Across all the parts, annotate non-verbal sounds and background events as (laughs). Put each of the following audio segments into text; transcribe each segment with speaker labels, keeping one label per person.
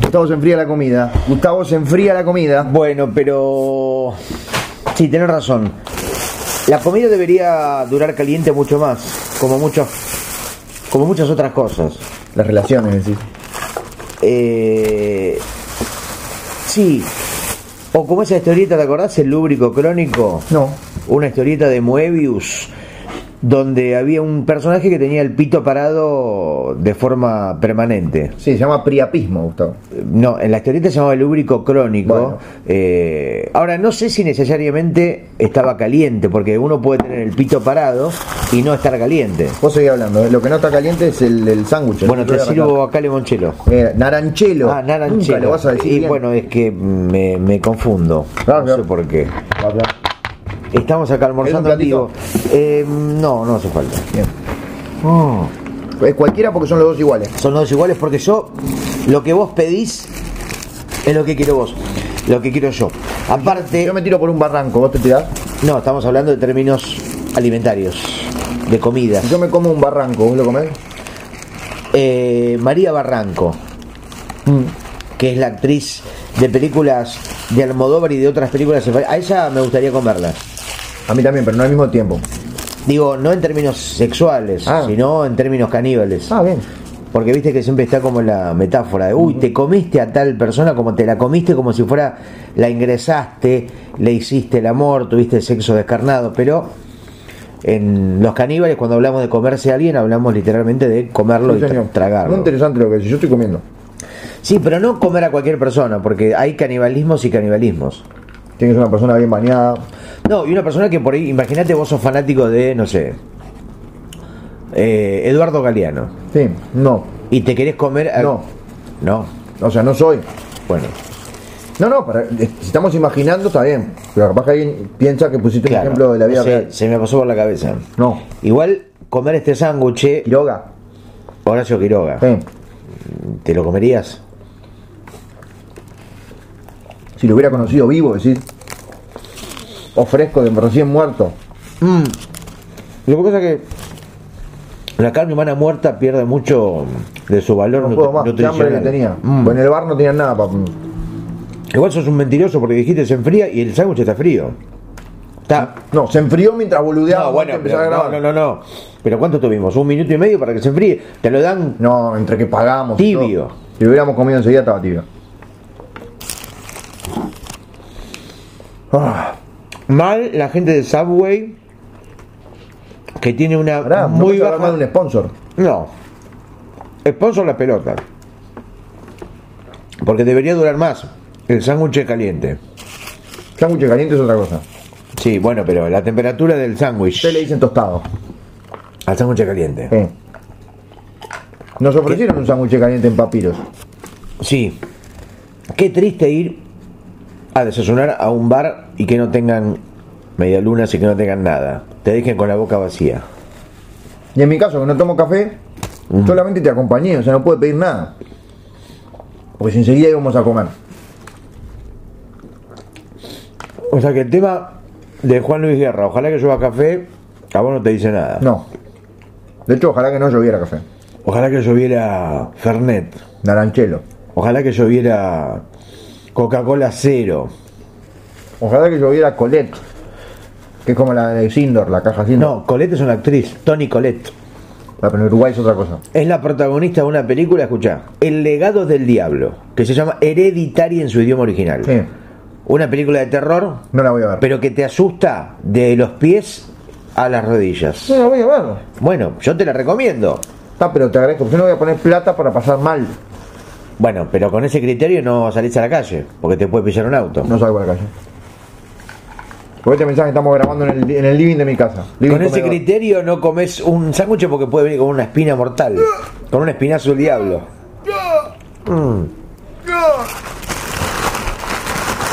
Speaker 1: Gustavo se enfría la comida. Gustavo se enfría la comida.
Speaker 2: Bueno, pero. Sí, tenés razón. La comida debería durar caliente mucho más, como muchos, como muchas otras cosas.
Speaker 1: Las relaciones, decís.
Speaker 2: Eh, sí. O como esa historieta, ¿te acordás? El lúbrico crónico.
Speaker 1: No.
Speaker 2: Una historieta de Moebius, donde había un personaje que tenía el pito parado de forma permanente.
Speaker 1: Sí, se llama priapismo, Gustavo.
Speaker 2: No, en la historieta se llamaba lúbrico crónico.
Speaker 1: Bueno.
Speaker 2: Eh, ahora, no sé si necesariamente estaba caliente, porque uno puede tener el pito parado y no estar caliente.
Speaker 1: Vos seguís hablando. ¿eh? Lo que no está caliente es el, el sándwich.
Speaker 2: Bueno,
Speaker 1: Yo
Speaker 2: te
Speaker 1: voy a arrancar.
Speaker 2: sirvo acá limonchelo.
Speaker 1: Mira, Eh, naranchelo.
Speaker 2: Ah, naranchelo.
Speaker 1: Nunca lo vas a decir
Speaker 2: y
Speaker 1: bien.
Speaker 2: bueno, es que me, me confundo.
Speaker 1: Claro,
Speaker 2: no sé
Speaker 1: claro.
Speaker 2: por qué.
Speaker 1: Bla, bla.
Speaker 2: Estamos acá almorzando en
Speaker 1: ¿Querés un
Speaker 2: vivo. Eh, no, no hace falta.
Speaker 1: Bien.
Speaker 2: Oh,
Speaker 1: Eh, cualquiera porque son los dos iguales.
Speaker 2: Son dos iguales porque yo, lo que vos pedís es lo que quiero vos, lo que quiero yo. Aparte,
Speaker 1: Yo me tiro por un barranco, vos te tirás.
Speaker 2: no, estamos hablando de términos alimentarios, de comida.
Speaker 1: Si yo me como un barranco, ¿vos lo comés?
Speaker 2: Eh, María Barranco,
Speaker 1: Mm.
Speaker 2: que es la actriz de películas de Almodóvar y de otras películas, a ella me gustaría comerla.
Speaker 1: A mí también, pero no al mismo tiempo.
Speaker 2: Digo, no en términos sexuales,
Speaker 1: Ah.
Speaker 2: sino en términos caníbales.
Speaker 1: Ah, bien.
Speaker 2: Porque viste que siempre está como la metáfora de, uy, te comiste a tal persona como te la comiste, como si fuera, la ingresaste, le hiciste el amor, tuviste sexo descarnado, pero en los caníbales cuando hablamos de comerse a alguien hablamos literalmente de comerlo
Speaker 1: Sí,
Speaker 2: y tra-
Speaker 1: señor. Muy
Speaker 2: tragarlo.
Speaker 1: interesante lo que decís. Yo estoy comiendo.
Speaker 2: Sí, pero no comer a cualquier persona, porque hay canibalismos y canibalismos.
Speaker 1: Tienes una persona bien bañada.
Speaker 2: No, y una persona que por ahí, imagínate vos sos fanático de, no sé, eh, Eduardo Galeano,
Speaker 1: Sí, no.
Speaker 2: y te querés comer a...
Speaker 1: No.
Speaker 2: No,
Speaker 1: O sea, no soy.
Speaker 2: bueno.
Speaker 1: No, no, para, eh, si estamos imaginando está bien. Pero capaz que alguien piensa que pusiste un
Speaker 2: Claro,
Speaker 1: ejemplo de la vida
Speaker 2: se,
Speaker 1: real.
Speaker 2: se me pasó por la cabeza.
Speaker 1: No.
Speaker 2: Igual comer este sándwich,
Speaker 1: Quiroga.
Speaker 2: Horacio Quiroga,
Speaker 1: Sí.
Speaker 2: ¿te lo comerías?
Speaker 1: Si lo hubiera conocido vivo, decir. O fresco de recién muerto.
Speaker 2: Lo que pasa es que la carne humana muerta pierde mucho de su valor
Speaker 1: No
Speaker 2: nutri-
Speaker 1: puedo más. Qué hambre
Speaker 2: nutricional.
Speaker 1: que tenía.
Speaker 2: Mm.
Speaker 1: Pues en el bar no tenían nada mm. para.
Speaker 2: Igual sos un mentiroso porque dijiste se enfría y el sándwich está frío. Está.
Speaker 1: No, se enfrió mientras boludeaba.
Speaker 2: No, bueno,
Speaker 1: antes de
Speaker 2: pero
Speaker 1: empezar a
Speaker 2: no,
Speaker 1: grabar.
Speaker 2: no, no, no. Pero ¿cuánto tuvimos? ¿Un minuto y medio para que se enfríe? Te lo dan.
Speaker 1: No, entre que pagamos. y
Speaker 2: Tibio.
Speaker 1: todo. Si lo hubiéramos comido enseguida estaba tibio. Ah,
Speaker 2: Mal la gente de Subway que tiene una
Speaker 1: pará,
Speaker 2: muy
Speaker 1: no
Speaker 2: baja.
Speaker 1: más de un sponsor.
Speaker 2: No. Sponsor las pelotas. Porque debería durar más. El sándwich es caliente.
Speaker 1: Sándwich caliente es otra cosa.
Speaker 2: Sí, bueno, pero la temperatura del sándwich
Speaker 1: Ustedes le dicen tostado.
Speaker 2: al sándwich es caliente.
Speaker 1: Eh. Nos ofrecieron un sándwich caliente en papiros.
Speaker 2: Sí. Qué triste ir a desayunar a un bar y que no tengan medialunas y que no tengan nada. Te dejen con la boca vacía.
Speaker 1: Y en mi caso, que no tomo café, solamente te acompañé, o sea, no pude pedir nada. Porque enseguida íbamos a comer.
Speaker 2: O sea que el tema de Juan Luis Guerra, ojalá que llueva café, a vos no te dice nada.
Speaker 1: No. De hecho, ojalá que no lloviera café.
Speaker 2: Ojalá que lloviera Fernet.
Speaker 1: Naranchelo.
Speaker 2: Ojalá que lloviera Coca-Cola cero.
Speaker 1: Ojalá que lloviera Colette. Que es como la de Sindor, la caja Sindor.
Speaker 2: No, Colette es una actriz, Tony Colette.
Speaker 1: La pero en Uruguay es otra cosa.
Speaker 2: Es la protagonista de una película, escuchá, El legado del diablo, que se llama Hereditary en su idioma original.
Speaker 1: Sí.
Speaker 2: Una película de terror,
Speaker 1: No la voy a ver.
Speaker 2: pero que te asusta de los pies a las rodillas.
Speaker 1: No la voy a ver.
Speaker 2: Bueno, yo te la recomiendo.
Speaker 1: Está, Ah, pero te agradezco. Yo no voy a poner plata para pasar mal.
Speaker 2: Bueno, pero con ese criterio no salís a la calle, porque te puede pillar un auto.
Speaker 1: No salgo a la calle. Porque este mensaje estamos grabando en el, en el living de mi casa. Living
Speaker 2: Con ese
Speaker 1: comedor.
Speaker 2: criterio no comes un sándwich porque puede venir con una espina mortal. Con un espinazo del diablo.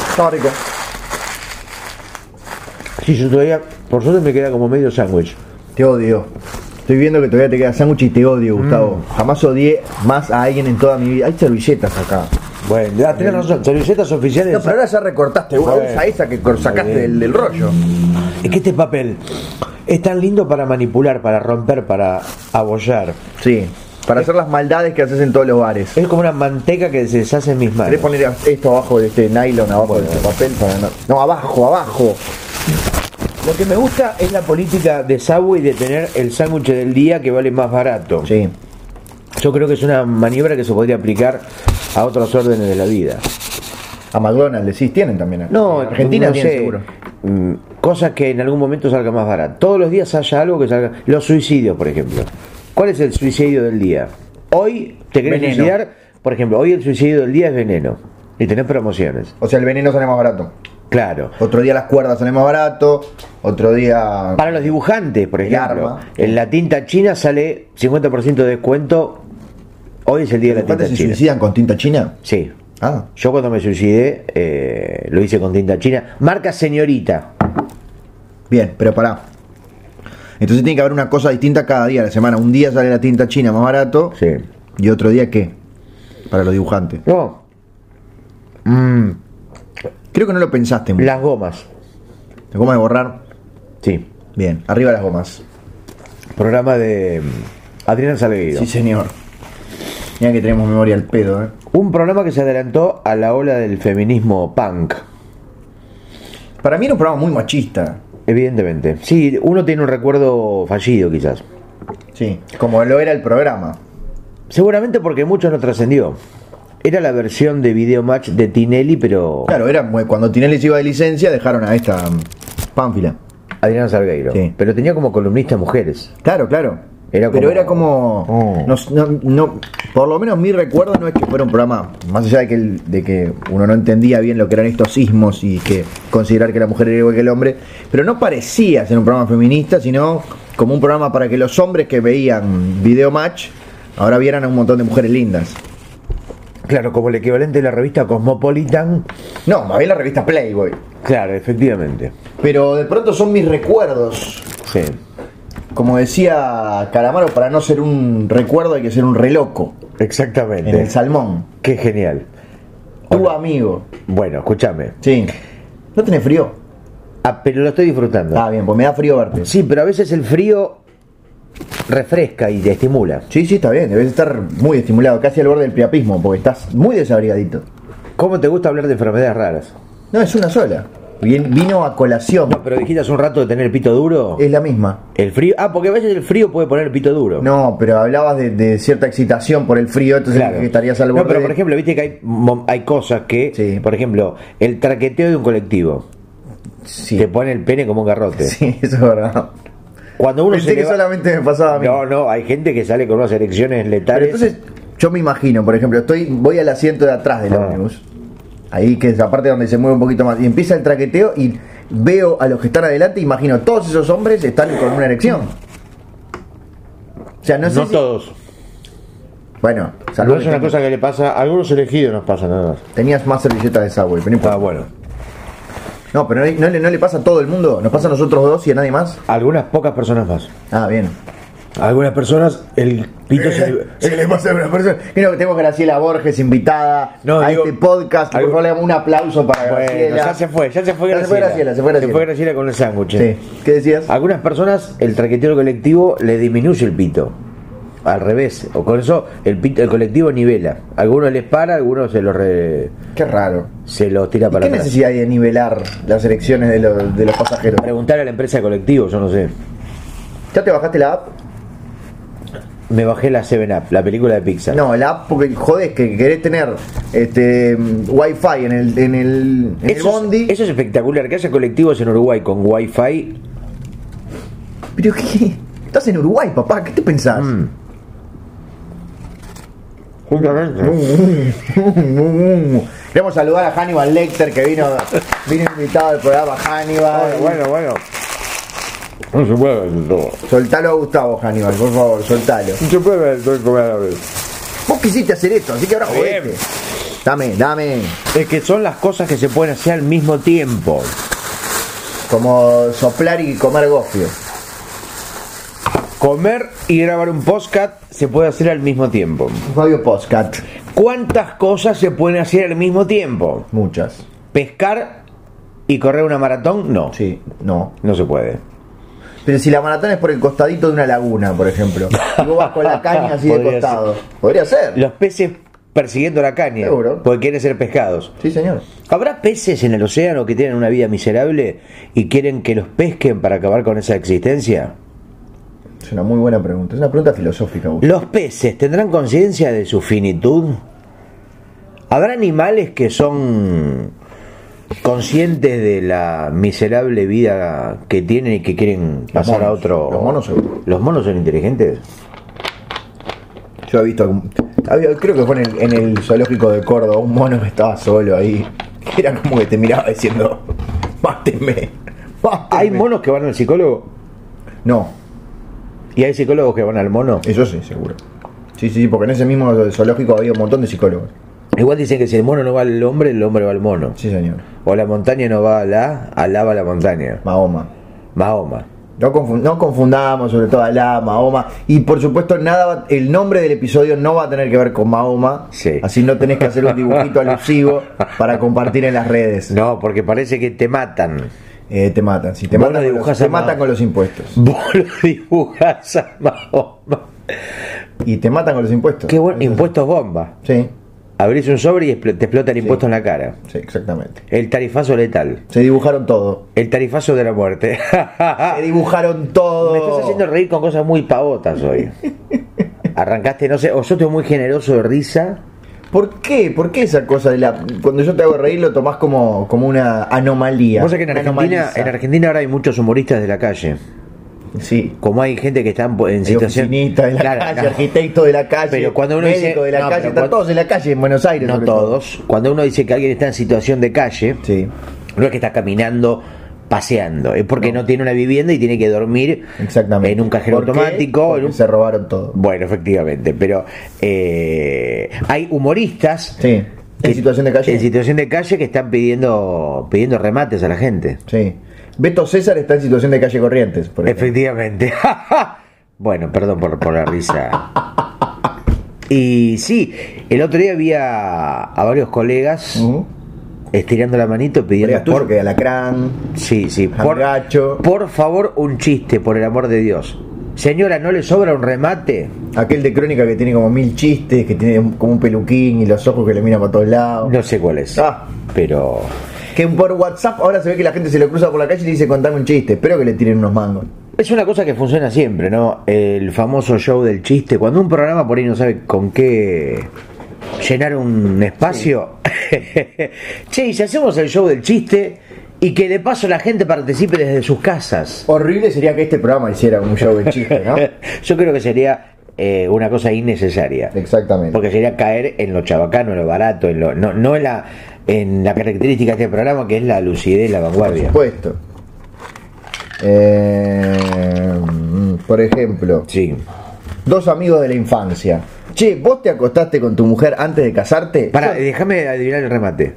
Speaker 1: Estaba rico.
Speaker 2: Sí, yo todavía, por suerte me queda como medio sándwich.
Speaker 1: Te odio. Estoy viendo que todavía te queda sándwich y te odio, Gustavo. Jamás odié más a alguien en toda mi vida. Hay servilletas acá.
Speaker 2: Bueno, ya tenés razón, servilletas oficiales.
Speaker 1: No, pero ahora ya recortaste una
Speaker 2: Bueno.
Speaker 1: bolsa esa que cor- sacaste
Speaker 2: Muy bien.
Speaker 1: del, del rollo.
Speaker 2: Es que este papel es tan lindo para manipular, para romper, para abollar.
Speaker 1: Sí. Para hacer las maldades que haces en todos los bares.
Speaker 2: Es como una manteca que se deshace en mis manos.
Speaker 1: ¿Querés poner esto abajo de este nylon, abajo de este papel? Para no... no, abajo, abajo.
Speaker 2: Lo que me gusta es la política de Subway de tener el sándwich del día que vale más barato.
Speaker 1: Sí.
Speaker 2: Yo creo que es una maniobra que se podría aplicar a otros órdenes de la vida.
Speaker 1: A McDonald's decís, tienen también.
Speaker 2: No,
Speaker 1: En Argentina
Speaker 2: Eh, no
Speaker 1: tiene
Speaker 2: sé,
Speaker 1: seguro.
Speaker 2: mm, Cosas que en algún momento salga más barato. Todos los días haya algo que salga. Los suicidios, por ejemplo. ¿Cuál es el suicidio del día? Hoy te querés
Speaker 1: Veneno.
Speaker 2: suicidar. Por ejemplo, hoy el suicidio del día es veneno. Y tenés promociones.
Speaker 1: O sea, el veneno sale más barato.
Speaker 2: Claro.
Speaker 1: Otro día las cuerdas salen más barato. Otro día.
Speaker 2: Para los dibujantes, por
Speaker 1: El
Speaker 2: ejemplo.
Speaker 1: arma.
Speaker 2: En la tinta china sale 50% de descuento. Hoy es el día de la
Speaker 1: ¿Cuántos
Speaker 2: tinta
Speaker 1: se
Speaker 2: china.
Speaker 1: suicidan con tinta china?
Speaker 2: Sí.
Speaker 1: Ah.
Speaker 2: Yo cuando me suicidé, eh, lo hice con tinta china. Marca señorita.
Speaker 1: Bien, pero pará. Entonces tiene que haber una cosa distinta cada día de la semana. Un día sale la tinta china más barato.
Speaker 2: Sí.
Speaker 1: ¿Y otro día qué? Para los dibujantes.
Speaker 2: No.
Speaker 1: Creo que no lo pensaste mucho.
Speaker 2: Las gomas.
Speaker 1: La goma de borrar.
Speaker 2: Sí.
Speaker 1: Bien, arriba las gomas.
Speaker 2: Programa de mm, Adrián Salgueiro.
Speaker 1: señor. Mira que tenemos memoria al pedo, ¿eh?
Speaker 2: Un programa que se adelantó a la ola del feminismo punk.
Speaker 1: Para mí era un programa muy machista.
Speaker 2: Evidentemente. Sí, uno tiene un recuerdo fallido quizás.
Speaker 1: Sí. Como lo era el programa.
Speaker 2: Seguramente porque mucho no trascendió. Era la versión de Video Match de Tinelli, pero
Speaker 1: Claro, era mu- cuando Tinelli se iba de licencia, dejaron a esta um, Pánfila.
Speaker 2: Adriana Salgueiro.
Speaker 1: Sí.
Speaker 2: Pero tenía como columnista mujeres.
Speaker 1: Claro, claro.
Speaker 2: Era
Speaker 1: Pero
Speaker 2: como-
Speaker 1: era como.
Speaker 2: Oh.
Speaker 1: No, s- no- no- por lo menos mi recuerdo no es que fuera un programa. Más allá de que, el- de que uno no entendía bien lo que eran estos sismos y que considerar que la mujer era igual que el hombre. Pero no parecía ser un programa feminista, sino como un programa para que los hombres que veían Video Match ahora vieran a un montón de mujeres lindas.
Speaker 2: Claro, como el equivalente de la revista Cosmopolitan.
Speaker 1: No, más bien la revista Playboy.
Speaker 2: Claro, efectivamente.
Speaker 1: Pero de pronto son mis recuerdos.
Speaker 2: Sí.
Speaker 1: Como decía Calamaro, para no ser un recuerdo hay que ser un reloco. En
Speaker 2: Exactamente.
Speaker 1: el salmón.
Speaker 2: Qué genial.
Speaker 1: Tu amigo.
Speaker 2: Bueno, escúchame.
Speaker 1: Sí. ¿No tenés frío?
Speaker 2: Ah, pero lo estoy disfrutando.
Speaker 1: Ah, bien, pues me da frío verte.
Speaker 2: Sí, pero a veces el frío refresca y te estimula.
Speaker 1: Sí, sí, está bien. Debes estar muy estimulado, casi al borde del priapismo, porque estás muy desabrigadito.
Speaker 2: ¿Cómo te gusta hablar de enfermedades raras?
Speaker 1: No, es una sola. Bien, vino a colación.
Speaker 2: No, pero dijiste hace un rato de tener el pito duro.
Speaker 1: Es la misma.
Speaker 2: El frío. Ah, porque a veces el frío puede poner el pito duro.
Speaker 1: No, pero hablabas de, de cierta excitación por el frío, entonces que estarías al
Speaker 2: No,
Speaker 1: borde.
Speaker 2: pero por
Speaker 1: de-
Speaker 2: ejemplo, viste que hay, mom- hay cosas que.
Speaker 1: Sí.
Speaker 2: Por ejemplo, el traqueteo de un colectivo.
Speaker 1: Sí.
Speaker 2: Te pone el pene como un garrote.
Speaker 1: (laughs) Sí, eso es verdad.
Speaker 2: Cuando uno
Speaker 1: Pensé
Speaker 2: se
Speaker 1: que
Speaker 2: le va-
Speaker 1: solamente me pasaba a mí.
Speaker 2: No, no, hay gente que sale con unas erecciones
Speaker 1: Pero
Speaker 2: letales.
Speaker 1: entonces, yo me imagino, por ejemplo, estoy, voy al asiento de atrás del
Speaker 2: Ah.
Speaker 1: ómnibus, ahí que es la parte donde se mueve un poquito más, y empieza el traqueteo y veo a los que están adelante, imagino, todos esos hombres están con una erección. O sea, no
Speaker 2: no
Speaker 1: sé si-
Speaker 2: todos.
Speaker 1: Bueno, salvo
Speaker 2: No es
Speaker 1: que
Speaker 2: una
Speaker 1: ten-
Speaker 2: cosa que le pasa. A algunos elegidos nos pasa nada más.
Speaker 1: tenías más servilletas de Subway, pero no importa.
Speaker 2: Ah, bueno.
Speaker 1: No, pero no, le- no le- no le pasa a todo el mundo, nos pasa a nosotros dos y a nadie más.
Speaker 2: Algunas pocas personas más.
Speaker 1: Ah, bien.
Speaker 2: A algunas personas el pito se le-
Speaker 1: Eh, Se le pasa a una persona. Creo que tenemos a Graciela Borges invitada
Speaker 2: No,
Speaker 1: a
Speaker 2: digo-
Speaker 1: este podcast. Por
Speaker 2: algo-
Speaker 1: favor, le damos un aplauso para
Speaker 2: Bueno,
Speaker 1: Graciela.
Speaker 2: ya se fue, ya se fue
Speaker 1: Ya
Speaker 2: Graciela.
Speaker 1: se fue Graciela, se fue Graciela.
Speaker 2: Graciela con el sándwich.
Speaker 1: Sí. ¿Qué decías?
Speaker 2: Algunas personas, el traquetero colectivo le disminuye el pito. Al revés. O con eso, el, pito, el colectivo nivela. Algunos les para, algunos se los, re-
Speaker 1: Qué raro.
Speaker 2: se los tira
Speaker 1: ¿Y
Speaker 2: para
Speaker 1: ¿Qué
Speaker 2: atrás.
Speaker 1: necesidad hay de nivelar las elecciones de los, de los pasajeros?
Speaker 2: Preguntar a la empresa de colectivo, yo no sé.
Speaker 1: ¿Ya te bajaste la app?
Speaker 2: Me bajé la 7 Up, la película de Pixar.
Speaker 1: No, la app porque jodés que querés tener este mm, wifi en el, en el, en el
Speaker 2: Eso es-
Speaker 1: bondi.
Speaker 2: eso es espectacular, que haya colectivos en Uruguay con wifi.
Speaker 1: Pero qué? Estás en Uruguay, papá, ¿qué te pensás?
Speaker 2: Mm.
Speaker 1: (laughs) Queremos saludar a Hannibal Lecter que vino, vino invitado al programa Hannibal.
Speaker 2: Ah, bueno. No se puede ver todo.
Speaker 1: Soltalo a Gustavo, Hannibal, por favor, soltalo.
Speaker 2: No se puede ver todo y comer a la vez.
Speaker 1: Vos quisiste hacer esto, así que ahora
Speaker 2: Está bien.
Speaker 1: jodete. Dame, dame.
Speaker 2: Es que son las cosas que se pueden hacer al mismo tiempo.
Speaker 1: Como soplar y comer gofio.
Speaker 2: Comer y grabar un podcast se puede hacer al mismo tiempo.
Speaker 1: Fabio Postcat.
Speaker 2: ¿Cuántas cosas se pueden hacer al mismo tiempo?
Speaker 1: Muchas.
Speaker 2: ¿Pescar y correr una maratón? No.
Speaker 1: Sí, no.
Speaker 2: No se puede.
Speaker 1: Pero si la maratón es por el costadito de una laguna, por ejemplo. Y vos vas con la caña así de
Speaker 2: Podría
Speaker 1: costado. Podría ser.
Speaker 2: Los peces persiguiendo la caña.
Speaker 1: Seguro.
Speaker 2: Porque quieren ser pescados.
Speaker 1: Sí, señor.
Speaker 2: ¿Habrá peces en el océano que tienen una vida miserable y quieren que los pesquen para acabar con esa existencia?
Speaker 1: Es una muy buena pregunta. Es una pregunta filosófica. Gus.
Speaker 2: ¿Los peces tendrán conciencia de su finitud? ¿Habrá animales que son conscientes de la miserable vida que tienen y que quieren pasar a
Speaker 1: monos.
Speaker 2: otro?
Speaker 1: Los monos seguro.
Speaker 2: ¿Los monos son inteligentes?
Speaker 1: Yo he visto algún- había- creo que fue en el, en el zoológico de Córdoba, un mono que estaba solo ahí. que Era como que te miraba diciendo, máteme, máteme".
Speaker 2: ¿Hay monos que van al psicólogo?
Speaker 1: No,
Speaker 2: ¿Y hay psicólogos que van al mono?
Speaker 1: eso sí, seguro. Sí, sí, sí, porque en ese mismo zoológico había un montón de psicólogos.
Speaker 2: Igual dicen que si el mono no va al hombre, el hombre va al mono.
Speaker 1: Sí, señor.
Speaker 2: O la montaña no va a la, Alá va a la montaña.
Speaker 1: Mahoma.
Speaker 2: Mahoma.
Speaker 1: No, confun- no confundamos sobre todo a la Mahoma. Y por supuesto, nada va- el nombre del episodio no va a tener que ver con Mahoma.
Speaker 2: Sí.
Speaker 1: Así no tenés que hacer un dibujito alusivo para compartir en las redes.
Speaker 2: No, porque parece que te matan. (laughs)
Speaker 1: Eh, te matan, si te
Speaker 2: Vos
Speaker 1: matan,
Speaker 2: lo
Speaker 1: con los,
Speaker 2: dibujás
Speaker 1: te
Speaker 2: a Mahoma.
Speaker 1: matan con los impuestos.
Speaker 2: Vos lo dibujás a Mahoma.
Speaker 1: Y te matan con los impuestos.
Speaker 2: Qué bueno.
Speaker 1: Eso
Speaker 2: Impuestos bomba.
Speaker 1: sí. Sí,
Speaker 2: Abrís un sobre y expl- te explota el impuesto en la cara.
Speaker 1: sí, exactamente.
Speaker 2: El tarifazo letal.
Speaker 1: Se dibujaron todo.
Speaker 2: El tarifazo de la muerte. (laughs)
Speaker 1: Se dibujaron todo.
Speaker 2: Ah. Me estás haciendo reír con cosas muy pavotas hoy. Arrancaste, no sé, o yo estoy muy generoso de risa.
Speaker 1: ¿Por qué? ¿Por qué esa cosa de la. Cuando yo te hago reír lo tomás como, como una anomalía?
Speaker 2: Vos sabés que en
Speaker 1: Una
Speaker 2: Argentina,
Speaker 1: anomaliza.
Speaker 2: en Argentina ahora hay muchos humoristas de la calle.
Speaker 1: Sí.
Speaker 2: Como hay gente que está en, en
Speaker 1: Hay
Speaker 2: situación.
Speaker 1: oficinistas de la
Speaker 2: Claro,
Speaker 1: calle,
Speaker 2: no.
Speaker 1: arquitectos de la calle,
Speaker 2: Pero cuando uno
Speaker 1: médicos
Speaker 2: dice-
Speaker 1: de la
Speaker 2: no,
Speaker 1: calle,
Speaker 2: pero
Speaker 1: están
Speaker 2: cuando-
Speaker 1: todos en la calle en Buenos Aires.
Speaker 2: No
Speaker 1: sobre todo.
Speaker 2: todos. Cuando uno dice que alguien está en situación de calle,
Speaker 1: Sí.
Speaker 2: no es que está caminando, paseando, es porque no, tiene una vivienda y tiene que dormir
Speaker 1: Exactamente.
Speaker 2: en un cajero
Speaker 1: ¿Por qué?
Speaker 2: automático. en
Speaker 1: Porque
Speaker 2: un-
Speaker 1: Se robaron todo.
Speaker 2: Bueno, efectivamente, pero eh, hay humoristas
Speaker 1: Sí.
Speaker 2: que-
Speaker 1: ¿En situación de calle?
Speaker 2: en situación de calle que están pidiendo, pidiendo remates a la gente.
Speaker 1: Sí. Beto César está en situación de calle Corrientes, por ejemplo.
Speaker 2: Efectivamente. (laughs) bueno, perdón por, por la
Speaker 1: (laughs)
Speaker 2: risa. Y sí, el otro día vi a, a varios colegas
Speaker 1: Ujú.
Speaker 2: estirando la manito pidiendo
Speaker 1: Colegas tuyos
Speaker 2: por,
Speaker 1: que Alacrán.
Speaker 2: Sí, sí. Por,
Speaker 1: Hangacho.
Speaker 2: por favor, un chiste, por el amor de Dios. Señora, ¿no le sobra un remate?
Speaker 1: Aquel de Crónica que tiene como mil chistes, que tiene un- como un peluquín y los ojos que le miran para todos lados.
Speaker 2: No sé cuál es.
Speaker 1: Ah.
Speaker 2: Pero.
Speaker 1: Que por WhatsApp ahora se ve que la gente se lo cruza por la calle y le dice contame un chiste. Espero que le tiren unos mangos.
Speaker 2: Es una cosa que funciona siempre, ¿no? El famoso show del chiste. Cuando un programa por ahí no sabe con qué llenar un espacio. (laughs) che, y si hacemos el show del chiste y que de paso la gente participe desde sus casas. (laughs)
Speaker 1: Horrible sería que este programa hiciera un show de chistes, ¿no?
Speaker 2: Yo creo que sería eh, una cosa innecesaria.
Speaker 1: Exactamente.
Speaker 2: Porque sería caer en lo chabacano, en lo barato, en lo, no, no en, la, en la característica de este programa que es la lucidez, la
Speaker 1: Por
Speaker 2: vanguardia.
Speaker 1: supuesto. Eh, mm, por ejemplo,
Speaker 2: Sí.
Speaker 1: dos amigos de la infancia. Che, ¿vos te acostaste con tu mujer antes de casarte?
Speaker 2: Para,
Speaker 1: yo,
Speaker 2: déjame adivinar el remate.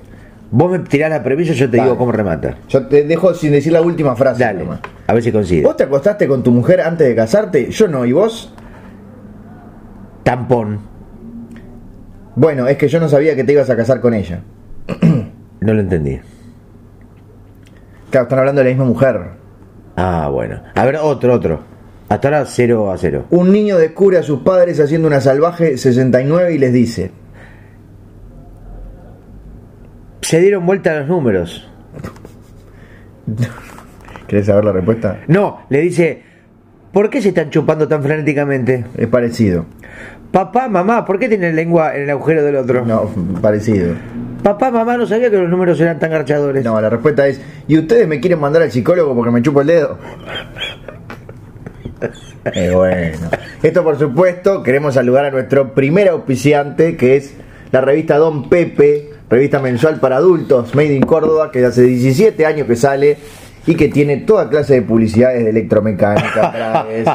Speaker 2: Vos me tirás la premisa y yo te
Speaker 1: Dale.
Speaker 2: digo cómo remata.
Speaker 1: yo te dejo sin decir la última frase.
Speaker 2: Dale,
Speaker 1: nomás.
Speaker 2: a ver si consigue.
Speaker 1: ¿Vos te acostaste con tu mujer antes de casarte? Yo no, ¿y vos?
Speaker 2: Tampón.
Speaker 1: Bueno, es que yo no sabía que te ibas a casar con ella.
Speaker 2: No lo entendí.
Speaker 1: Claro, están hablando de la misma mujer.
Speaker 2: Ah, bueno. A ver, otro, otro. Hasta ahora 0 a 0.
Speaker 1: Un niño descubre a sus padres haciendo una salvaje 69 y les dice,
Speaker 2: Se dieron vuelta los números.
Speaker 1: ¿querés saber la respuesta?
Speaker 2: No, le dice, ¿por qué se están chupando tan frenéticamente?
Speaker 1: Es parecido.
Speaker 2: Papá, mamá, ¿por qué tienen lengua en el agujero del otro?
Speaker 1: No, parecido.
Speaker 2: Papá, mamá, no sabía que los números eran tan garchadores.
Speaker 1: No, la respuesta es, ¿y ustedes me quieren mandar al psicólogo porque me chupo el dedo? Eh, bueno. Esto por supuesto, queremos saludar a nuestro primer auspiciante, que es la revista Don Pepe, revista mensual para adultos, Made in Córdoba, que hace 17 años que sale y que tiene toda clase de publicidades de electromecánica, traves,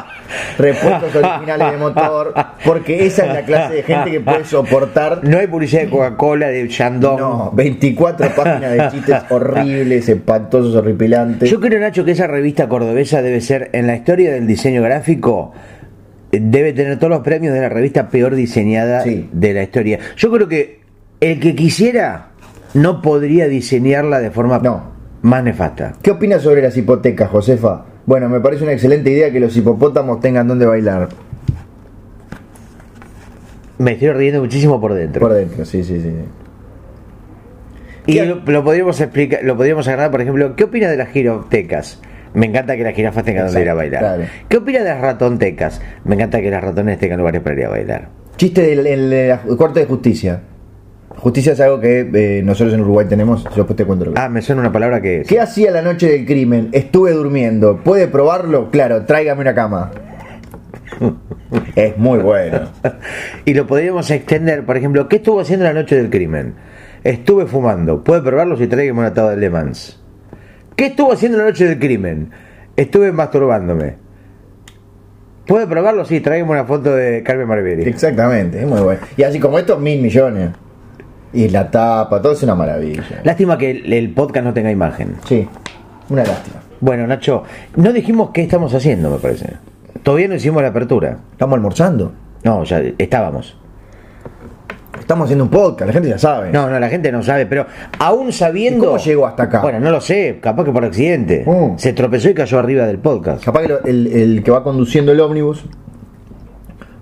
Speaker 1: repuestos originales de motor, porque esa es la clase de gente que puede soportar
Speaker 2: No hay publicidad de Coca-Cola, de Shandong.
Speaker 1: no, 24 páginas de
Speaker 2: (laughs)
Speaker 1: chistes horribles, espantosos, horripilantes.
Speaker 2: Yo creo, Nacho, que esa revista cordobesa debe ser, en la historia del diseño gráfico, eh, debe tener todos los premios de la revista peor diseñada
Speaker 1: Sí.
Speaker 2: de la historia. Yo creo que el que quisiera no podría diseñarla de forma
Speaker 1: No.
Speaker 2: más nefasta.
Speaker 1: ¿Qué opinas sobre las hipotecas, Josefa? Bueno, me parece una excelente idea que los hipopótamos tengan donde bailar.
Speaker 2: Me estoy riendo muchísimo por dentro.
Speaker 1: Por dentro, sí, sí, sí.
Speaker 2: y
Speaker 1: ¿Qué?
Speaker 2: lo, lo podríamos explicar, lo podríamos agarrar, por ejemplo, ¿qué opinas de las girotecas? Me encanta que las jirafas tengan donde ir a
Speaker 1: Exacto,
Speaker 2: bailar.
Speaker 1: claro.
Speaker 2: ¿Qué opinas de las ratontecas? Me encanta que las ratones tengan lugares para ir a bailar.
Speaker 1: Chiste del el, eh, Corte de Justicia. Justicia es algo que eh, nosotros en Uruguay tenemos, yo después te cuento lo que-
Speaker 2: Ah, me suena una palabra que es.
Speaker 1: ¿Qué hacía la noche del crimen? Estuve durmiendo. ¿Puede probarlo? Claro, tráigame una
Speaker 2: (laughs)
Speaker 1: cama. Es muy bueno.
Speaker 2: Y lo podríamos extender, por ejemplo, ¿qué estuvo haciendo la noche del crimen? Estuve fumando. Puede probarlo si tráigame una tabla de Le Mans. ¿Qué estuvo haciendo la noche del crimen? Estuve masturbándome. ¿Puede probarlo? Sí, tráigame una foto de Carmen Marbieri.
Speaker 1: Exactamente, es muy bueno. Y así como estos, mil millones. Y la tapa, todo es una maravilla.
Speaker 2: Lástima que el, el podcast no tenga imagen.
Speaker 1: Sí, una lástima.
Speaker 2: Bueno, Nacho, no dijimos qué estamos haciendo, me parece. Todavía no hicimos la apertura.
Speaker 1: Estamos almorzando.
Speaker 2: No, ya estábamos.
Speaker 1: Estamos haciendo un podcast, la gente ya sabe.
Speaker 2: No, no, la gente no sabe, pero aún sabiendo.
Speaker 1: ¿Y cómo llegó hasta acá?
Speaker 2: Bueno, no lo sé, capaz que por accidente.
Speaker 1: Mm.
Speaker 2: Se tropezó y cayó arriba del podcast.
Speaker 1: Capaz que lo- el, el que va conduciendo el ómnibus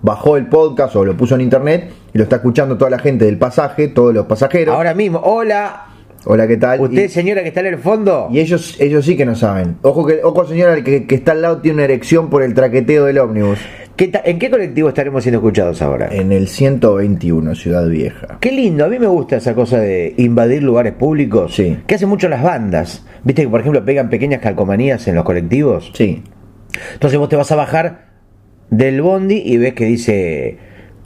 Speaker 1: bajó el podcast o lo puso en internet y lo está escuchando toda la gente del pasaje, todos los pasajeros.
Speaker 2: Ahora mismo, hola,
Speaker 1: Hola, ¿qué tal?
Speaker 2: usted
Speaker 1: Y-
Speaker 2: señora que está en el fondo.
Speaker 1: Y ellos, ellos sí que no saben. Ojo que, ojo señora, el que, que está al lado tiene una erección por el traqueteo del ómnibus.
Speaker 2: ¿Qué ta- ¿En qué colectivo estaremos siendo escuchados ahora?
Speaker 1: En el 121, Ciudad Vieja.
Speaker 2: Qué lindo, a mí me gusta esa cosa de invadir lugares públicos.
Speaker 1: Sí.
Speaker 2: Que hacen mucho las bandas. Viste que, por ejemplo, pegan pequeñas calcomanías en los colectivos.
Speaker 1: Sí.
Speaker 2: Entonces vos te vas a bajar del bondi y ves que dice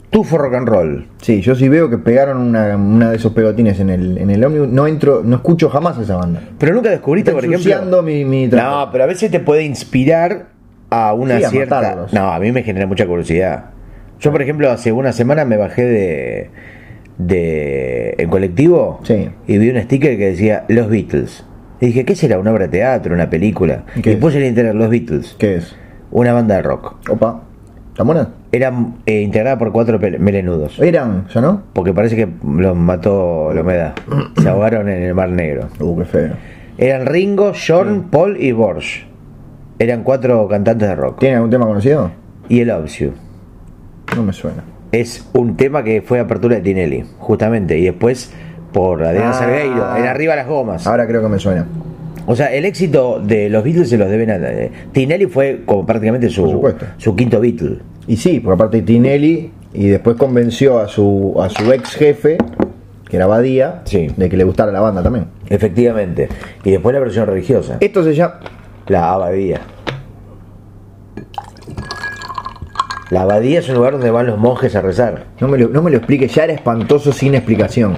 Speaker 2: tufo rock and roll.
Speaker 1: Sí, yo sí veo que pegaron una, una de esos pegotines en el, en el ómnibus. No entro, no escucho jamás esa banda.
Speaker 2: Pero nunca descubriste,
Speaker 1: Está
Speaker 2: por ejemplo.
Speaker 1: ensuciando mi- mi
Speaker 2: no, pero a veces te puede inspirar a una
Speaker 1: Sí, a
Speaker 2: cierta.
Speaker 1: matarlos.
Speaker 2: no, a mí me genera mucha curiosidad. Yo, por ejemplo, hace una semana me bajé de. de. en colectivo.
Speaker 1: Sí.
Speaker 2: Y vi un sticker que decía Los Beatles. Y dije, ¿qué será? ¿Una obra de teatro? ¿Una película?
Speaker 1: ¿Y qué
Speaker 2: Y
Speaker 1: es?
Speaker 2: puse en internet Los Beatles,
Speaker 1: ¿Qué es?
Speaker 2: una banda de rock.
Speaker 1: Opa. ¿Está buena?
Speaker 2: Era eh, integrada por cuatro pele- melenudos.
Speaker 1: Eran, ¿ya no?
Speaker 2: Porque parece que los mató la humedad. Se ahogaron en el Mar Negro.
Speaker 1: Uh, qué feo.
Speaker 2: Eran Ringo, Jorn, Paul y Borsch. Eran cuatro cantantes de rock.
Speaker 1: ¿Tiene algún tema conocido?
Speaker 2: Y el Obsio.
Speaker 1: No me suena.
Speaker 2: Es un tema que fue apertura de Tinelli, justamente. Y después por Adrián
Speaker 1: Ah.
Speaker 2: Salgueiro, en Arriba las Gomas.
Speaker 1: Ahora creo que me suena.
Speaker 2: O sea, el éxito de los Beatles se los deben a... eh, Tinelli fue como prácticamente
Speaker 1: Por
Speaker 2: su,
Speaker 1: supuesto.
Speaker 2: su quinto Beatle.
Speaker 1: Y sí, porque aparte Tinelli y después convenció a su, a su ex jefe, que era Badía,
Speaker 2: Sí.
Speaker 1: de que le gustara la banda también.
Speaker 2: Efectivamente. Y después la versión religiosa.
Speaker 1: Esto se llama.
Speaker 2: La abadía. La abadía es un lugar donde van los monjes a rezar.
Speaker 1: No me lo, no me lo explique, ya era espantoso sin explicación.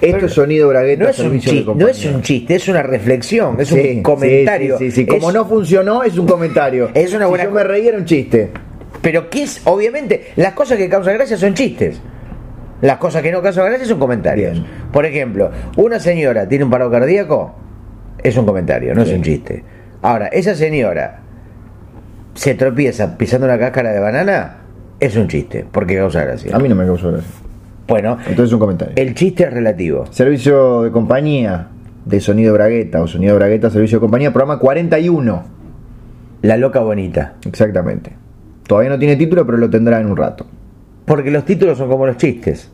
Speaker 1: Esto es sonido bragueta.
Speaker 2: No es, un
Speaker 1: servicio de
Speaker 2: chiste, no
Speaker 1: compañía.
Speaker 2: es un chiste, es una reflexión, es
Speaker 1: Sí,
Speaker 2: un comentario.
Speaker 1: Sí, sí, sí, sí. Como
Speaker 2: Es-
Speaker 1: no funcionó, es un comentario.
Speaker 2: Es una buena
Speaker 1: Si yo me reí, era un chiste.
Speaker 2: Pero que es, obviamente, las cosas que causan gracia son chistes. Las cosas que no causan gracia son comentarios.
Speaker 1: Bien.
Speaker 2: Por ejemplo, una señora tiene un paro cardíaco, es un comentario, no
Speaker 1: Sí.
Speaker 2: es un chiste. Ahora, esa señora se tropieza pisando una cáscara de banana, es un chiste, porque causa
Speaker 1: A
Speaker 2: gracia.
Speaker 1: mí no me causó gracia.
Speaker 2: Bueno,
Speaker 1: Entonces es un comentario.
Speaker 2: El chiste es relativo.
Speaker 1: Servicio de compañía de sonido bragueta o sonido bragueta, servicio de compañía, programa 41.
Speaker 2: La loca bonita.
Speaker 1: Exactamente. Todavía no tiene título, pero lo tendrá en un rato.
Speaker 2: Porque los títulos son como los chistes.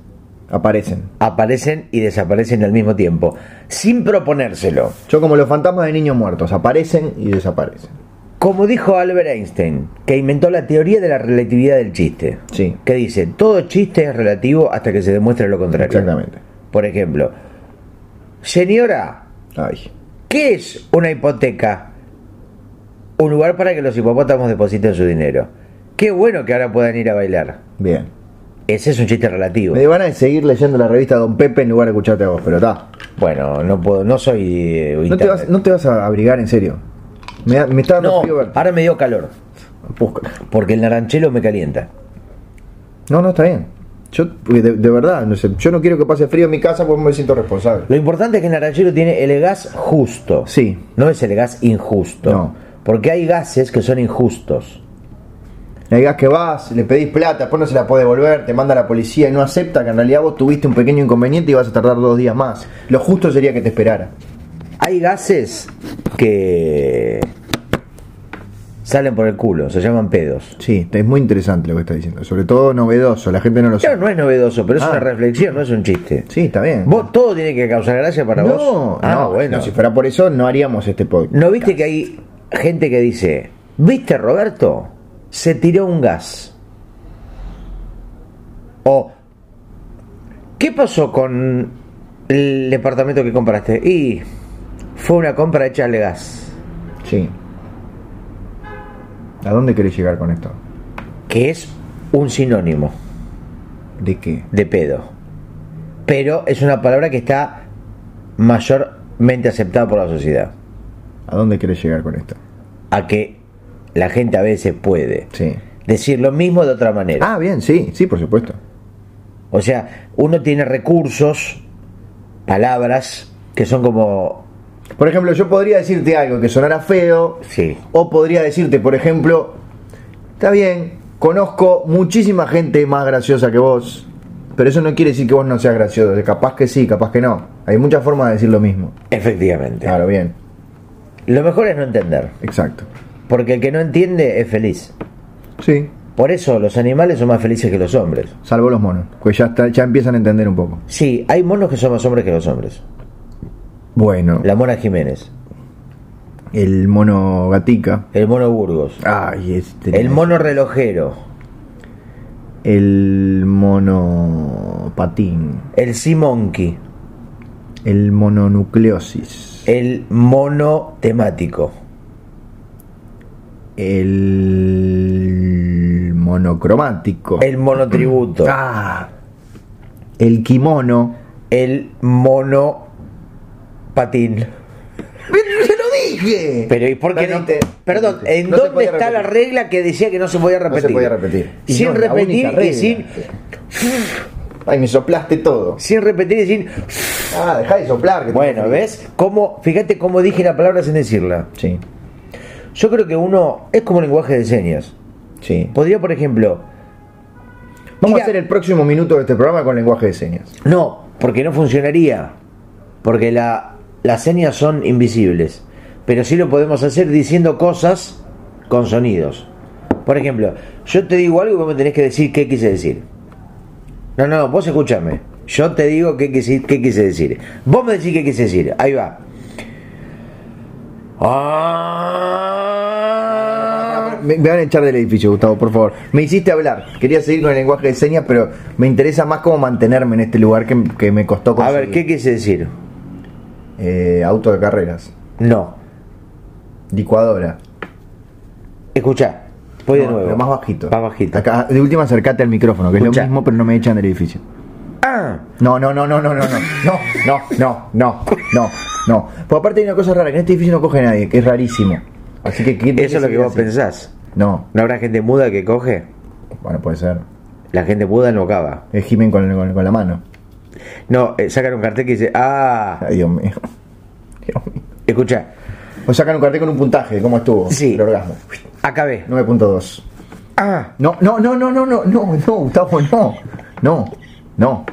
Speaker 1: Aparecen.
Speaker 2: Aparecen y desaparecen al mismo tiempo. Sin proponérselo.
Speaker 1: Yo como los fantasmas de niños muertos, aparecen y desaparecen.
Speaker 2: Como dijo Albert Einstein, que inventó la teoría de la relatividad del chiste.
Speaker 1: Sí.
Speaker 2: Que dice, todo chiste es relativo hasta que se demuestre lo contrario.
Speaker 1: Exactamente.
Speaker 2: Por ejemplo, señora,
Speaker 1: Ay.
Speaker 2: ¿qué es una hipoteca? Un lugar para que los hipopótamos depositen su dinero. Qué bueno que ahora puedan ir a bailar.
Speaker 1: Bien.
Speaker 2: Ese es un chiste relativo.
Speaker 1: Me van a seguir leyendo la revista Don Pepe en lugar de escucharte a vos, pero está.
Speaker 2: Bueno, no puedo, no soy eh,
Speaker 1: No te, vas,
Speaker 2: internet.
Speaker 1: no te vas a abrigar, en serio. Me, da- me está dando
Speaker 2: No,
Speaker 1: frío verte.
Speaker 2: ahora me dio calor,
Speaker 1: Pusca.
Speaker 2: porque el naranchelo me calienta.
Speaker 1: No, no, está bien. Yo, de, de verdad, no sé, yo no quiero que pase frío en mi casa porque me siento responsable.
Speaker 2: Lo importante es que el naranchelo tiene el gas justo.
Speaker 1: Sí.
Speaker 2: No es el gas injusto.
Speaker 1: No.
Speaker 2: Porque hay gases que son injustos.
Speaker 1: Le digas que vas, le pedís plata, después no se la puede devolver, te manda la policía y no acepta que en realidad vos tuviste un pequeño inconveniente y vas a tardar dos días más. Lo justo sería que te esperara.
Speaker 2: Hay gases que Salen por el culo, se llaman pedos.
Speaker 1: Sí, es muy interesante lo que está diciendo. Sobre todo novedoso, la gente no lo
Speaker 2: Claro,
Speaker 1: sabe.
Speaker 2: no es novedoso, pero es
Speaker 1: Ah.
Speaker 2: una reflexión, no es un chiste.
Speaker 1: Sí, está bien.
Speaker 2: Vos, todo tiene que causar gracia para
Speaker 1: no,
Speaker 2: vos. Ah,
Speaker 1: no, no, si fuera por eso no haríamos este podcast.
Speaker 2: ¿No viste que hay gente que dice, ¿viste Roberto? Se tiró un gas. O, ¿qué pasó con el departamento que compraste? Y fue una compra de echarle gas.
Speaker 1: Sí. ¿A dónde querés llegar con esto?
Speaker 2: Que es un sinónimo
Speaker 1: ¿De qué?
Speaker 2: de pedo. Pero es una palabra que está mayormente aceptada por la sociedad.
Speaker 1: ¿A dónde querés llegar con esto?
Speaker 2: A que la gente a veces puede
Speaker 1: Sí.
Speaker 2: decir lo mismo de otra manera.
Speaker 1: Ah, bien, sí, sí, por supuesto.
Speaker 2: O sea, uno tiene recursos, palabras, que son como...
Speaker 1: Por ejemplo, yo podría decirte algo que sonara feo,
Speaker 2: Sí.
Speaker 1: o podría decirte, por ejemplo, está bien, conozco muchísima gente más graciosa que vos, pero eso no quiere decir que vos no seas gracioso, capaz que sí, capaz que no. Hay muchas formas de decir lo mismo.
Speaker 2: Efectivamente.
Speaker 1: Claro, bien,
Speaker 2: Lo mejor es no entender,
Speaker 1: exacto.
Speaker 2: porque el que no entiende es feliz.
Speaker 1: Sí,
Speaker 2: Por eso los animales son más felices que los hombres.
Speaker 1: salvo los monos, que ya, está- ya empiezan a entender un poco.
Speaker 2: Sí, hay monos que son más hombres que los hombres.
Speaker 1: Bueno,
Speaker 2: La mona Jiménez,
Speaker 1: el mono gatica.
Speaker 2: el mono Burgos,
Speaker 1: Ay, este.
Speaker 2: el mono relojero,
Speaker 1: El mono patín.
Speaker 2: el sea monkey,
Speaker 1: El mononucleosis.
Speaker 2: el mono temático,
Speaker 1: El monocromático.
Speaker 2: el mono tributo,
Speaker 1: Ah. el kimono.
Speaker 2: el mono patín.
Speaker 1: ¡Se lo dije!
Speaker 2: Pero ¿y por qué no?
Speaker 1: Perdiste.
Speaker 2: Perdón, ¿en
Speaker 1: No se
Speaker 2: dónde
Speaker 1: podía
Speaker 2: está la
Speaker 1: repetir.
Speaker 2: regla que decía que no se podía repetir?
Speaker 1: No se podía repetir. Y
Speaker 2: Sin
Speaker 1: no es la
Speaker 2: repetir
Speaker 1: única
Speaker 2: y
Speaker 1: regla.
Speaker 2: sin,
Speaker 1: Ay, me soplaste todo.
Speaker 2: sin repetir y sin.
Speaker 1: Ah, dejá de soplar. que
Speaker 2: Bueno,
Speaker 1: te-
Speaker 2: ¿ves? Cómo, fíjate cómo dije la palabra sin decirla.
Speaker 1: Sí,
Speaker 2: Yo creo que uno es como un lenguaje de señas.
Speaker 1: sí.
Speaker 2: Podría, por ejemplo,
Speaker 1: Vamos
Speaker 2: Mira.
Speaker 1: a hacer el próximo minuto de este programa con lenguaje de señas.
Speaker 2: no, porque no funcionaría, porque la- las señas son invisibles. Pero sí lo podemos hacer diciendo cosas con sonidos. Por ejemplo, yo te digo algo y vos me tenés que decir qué quise decir. No, no, vos escúchame. Yo te digo qué quise, qué quise decir. Vos me decís qué quise decir. Ahí va. Ah.
Speaker 1: Me, me van a echar del edificio, Gustavo, por favor. Me hiciste hablar. Quería seguir con el lenguaje de señas, pero me interesa más cómo mantenerme en este lugar que, que me costó
Speaker 2: A
Speaker 1: conseguir.
Speaker 2: ver, ¿qué quise decir?
Speaker 1: Eh, auto de carreras.
Speaker 2: No.
Speaker 1: Licuadora.
Speaker 2: Escucha. Voy de
Speaker 1: No,
Speaker 2: nuevo.
Speaker 1: pero más bajito.
Speaker 2: Más bajito.
Speaker 1: Acá, de última acercate al micrófono, que
Speaker 2: Escuchá.
Speaker 1: es lo mismo, pero no me echan del edificio.
Speaker 2: Ah.
Speaker 1: No, no, no, no, no, no, no, no, no, no, no, no, no. Por aparte hay una cosa rara, que en este edificio no coge nadie, que es rarísimo. Así que ¿qué-
Speaker 2: Eso es lo que
Speaker 1: qué
Speaker 2: vos
Speaker 1: hace?
Speaker 2: pensás.
Speaker 1: No,
Speaker 2: ¿No habrá gente muda que coge?
Speaker 1: bueno, puede ser.
Speaker 2: La gente muda no cava.
Speaker 1: Es Jimen con, con- con la mano.
Speaker 2: No, eh, sacan un cartel que dice, ah,
Speaker 1: Ay, Dios mío. Dios mío.
Speaker 2: escucha,
Speaker 1: O sacan un cartel con un puntaje, ¿cómo estuvo?
Speaker 2: Sí.
Speaker 1: El orgasmo.
Speaker 2: acabé.
Speaker 1: 9.2.
Speaker 2: Ah,
Speaker 1: No, no, no, no, no, no, no, no, Gustavo, no. No, no,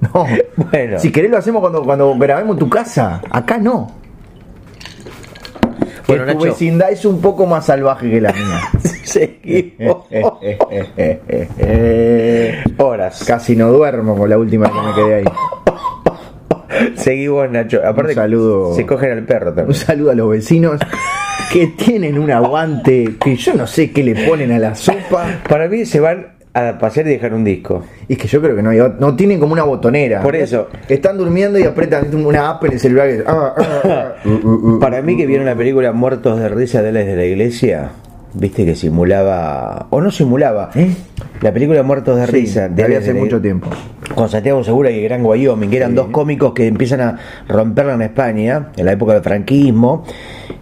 Speaker 1: no.
Speaker 2: Bueno.
Speaker 1: Si querés lo hacemos cuando, cuando grabemos en tu casa. Acá no. Que
Speaker 2: bueno,
Speaker 1: tu
Speaker 2: Nacho,
Speaker 1: vecindad es un poco más salvaje que la
Speaker 2: (laughs)
Speaker 1: mía. Eh,
Speaker 2: seguimos.
Speaker 1: eh, eh, eh, eh, eh, eh.
Speaker 2: Horas.
Speaker 1: Casi no duermo con la última que me quedé ahí.
Speaker 2: Seguimos, Nacho. Aparte,
Speaker 1: saludo.
Speaker 2: se cogen al perro
Speaker 1: Un
Speaker 2: también.
Speaker 1: saludo a los vecinos que tienen un aguante que yo no sé qué le ponen a la sopa.
Speaker 2: Para mí se van a pasear y dejar un disco.
Speaker 1: Y que yo creo que no hay ot- No tienen como una botonera.
Speaker 2: Por eso.
Speaker 1: Están durmiendo y apretan una app en el celular. que- ah, ah,
Speaker 2: (laughs)
Speaker 1: ah. Uh, uh, uh.
Speaker 2: Para mí que vieron la película Muertos de Risa de la, de la Iglesia, viste que simulaba, o no simulaba,
Speaker 1: ¿Eh?
Speaker 2: la película Muertos de
Speaker 1: Sí,
Speaker 2: Risa de
Speaker 1: la vi
Speaker 2: Ales
Speaker 1: hace
Speaker 2: de la-
Speaker 1: mucho tiempo.
Speaker 2: Con Santiago Segura y Gran Wyoming, que eran dos cómicos que empiezan a romperla en España, en la época del franquismo,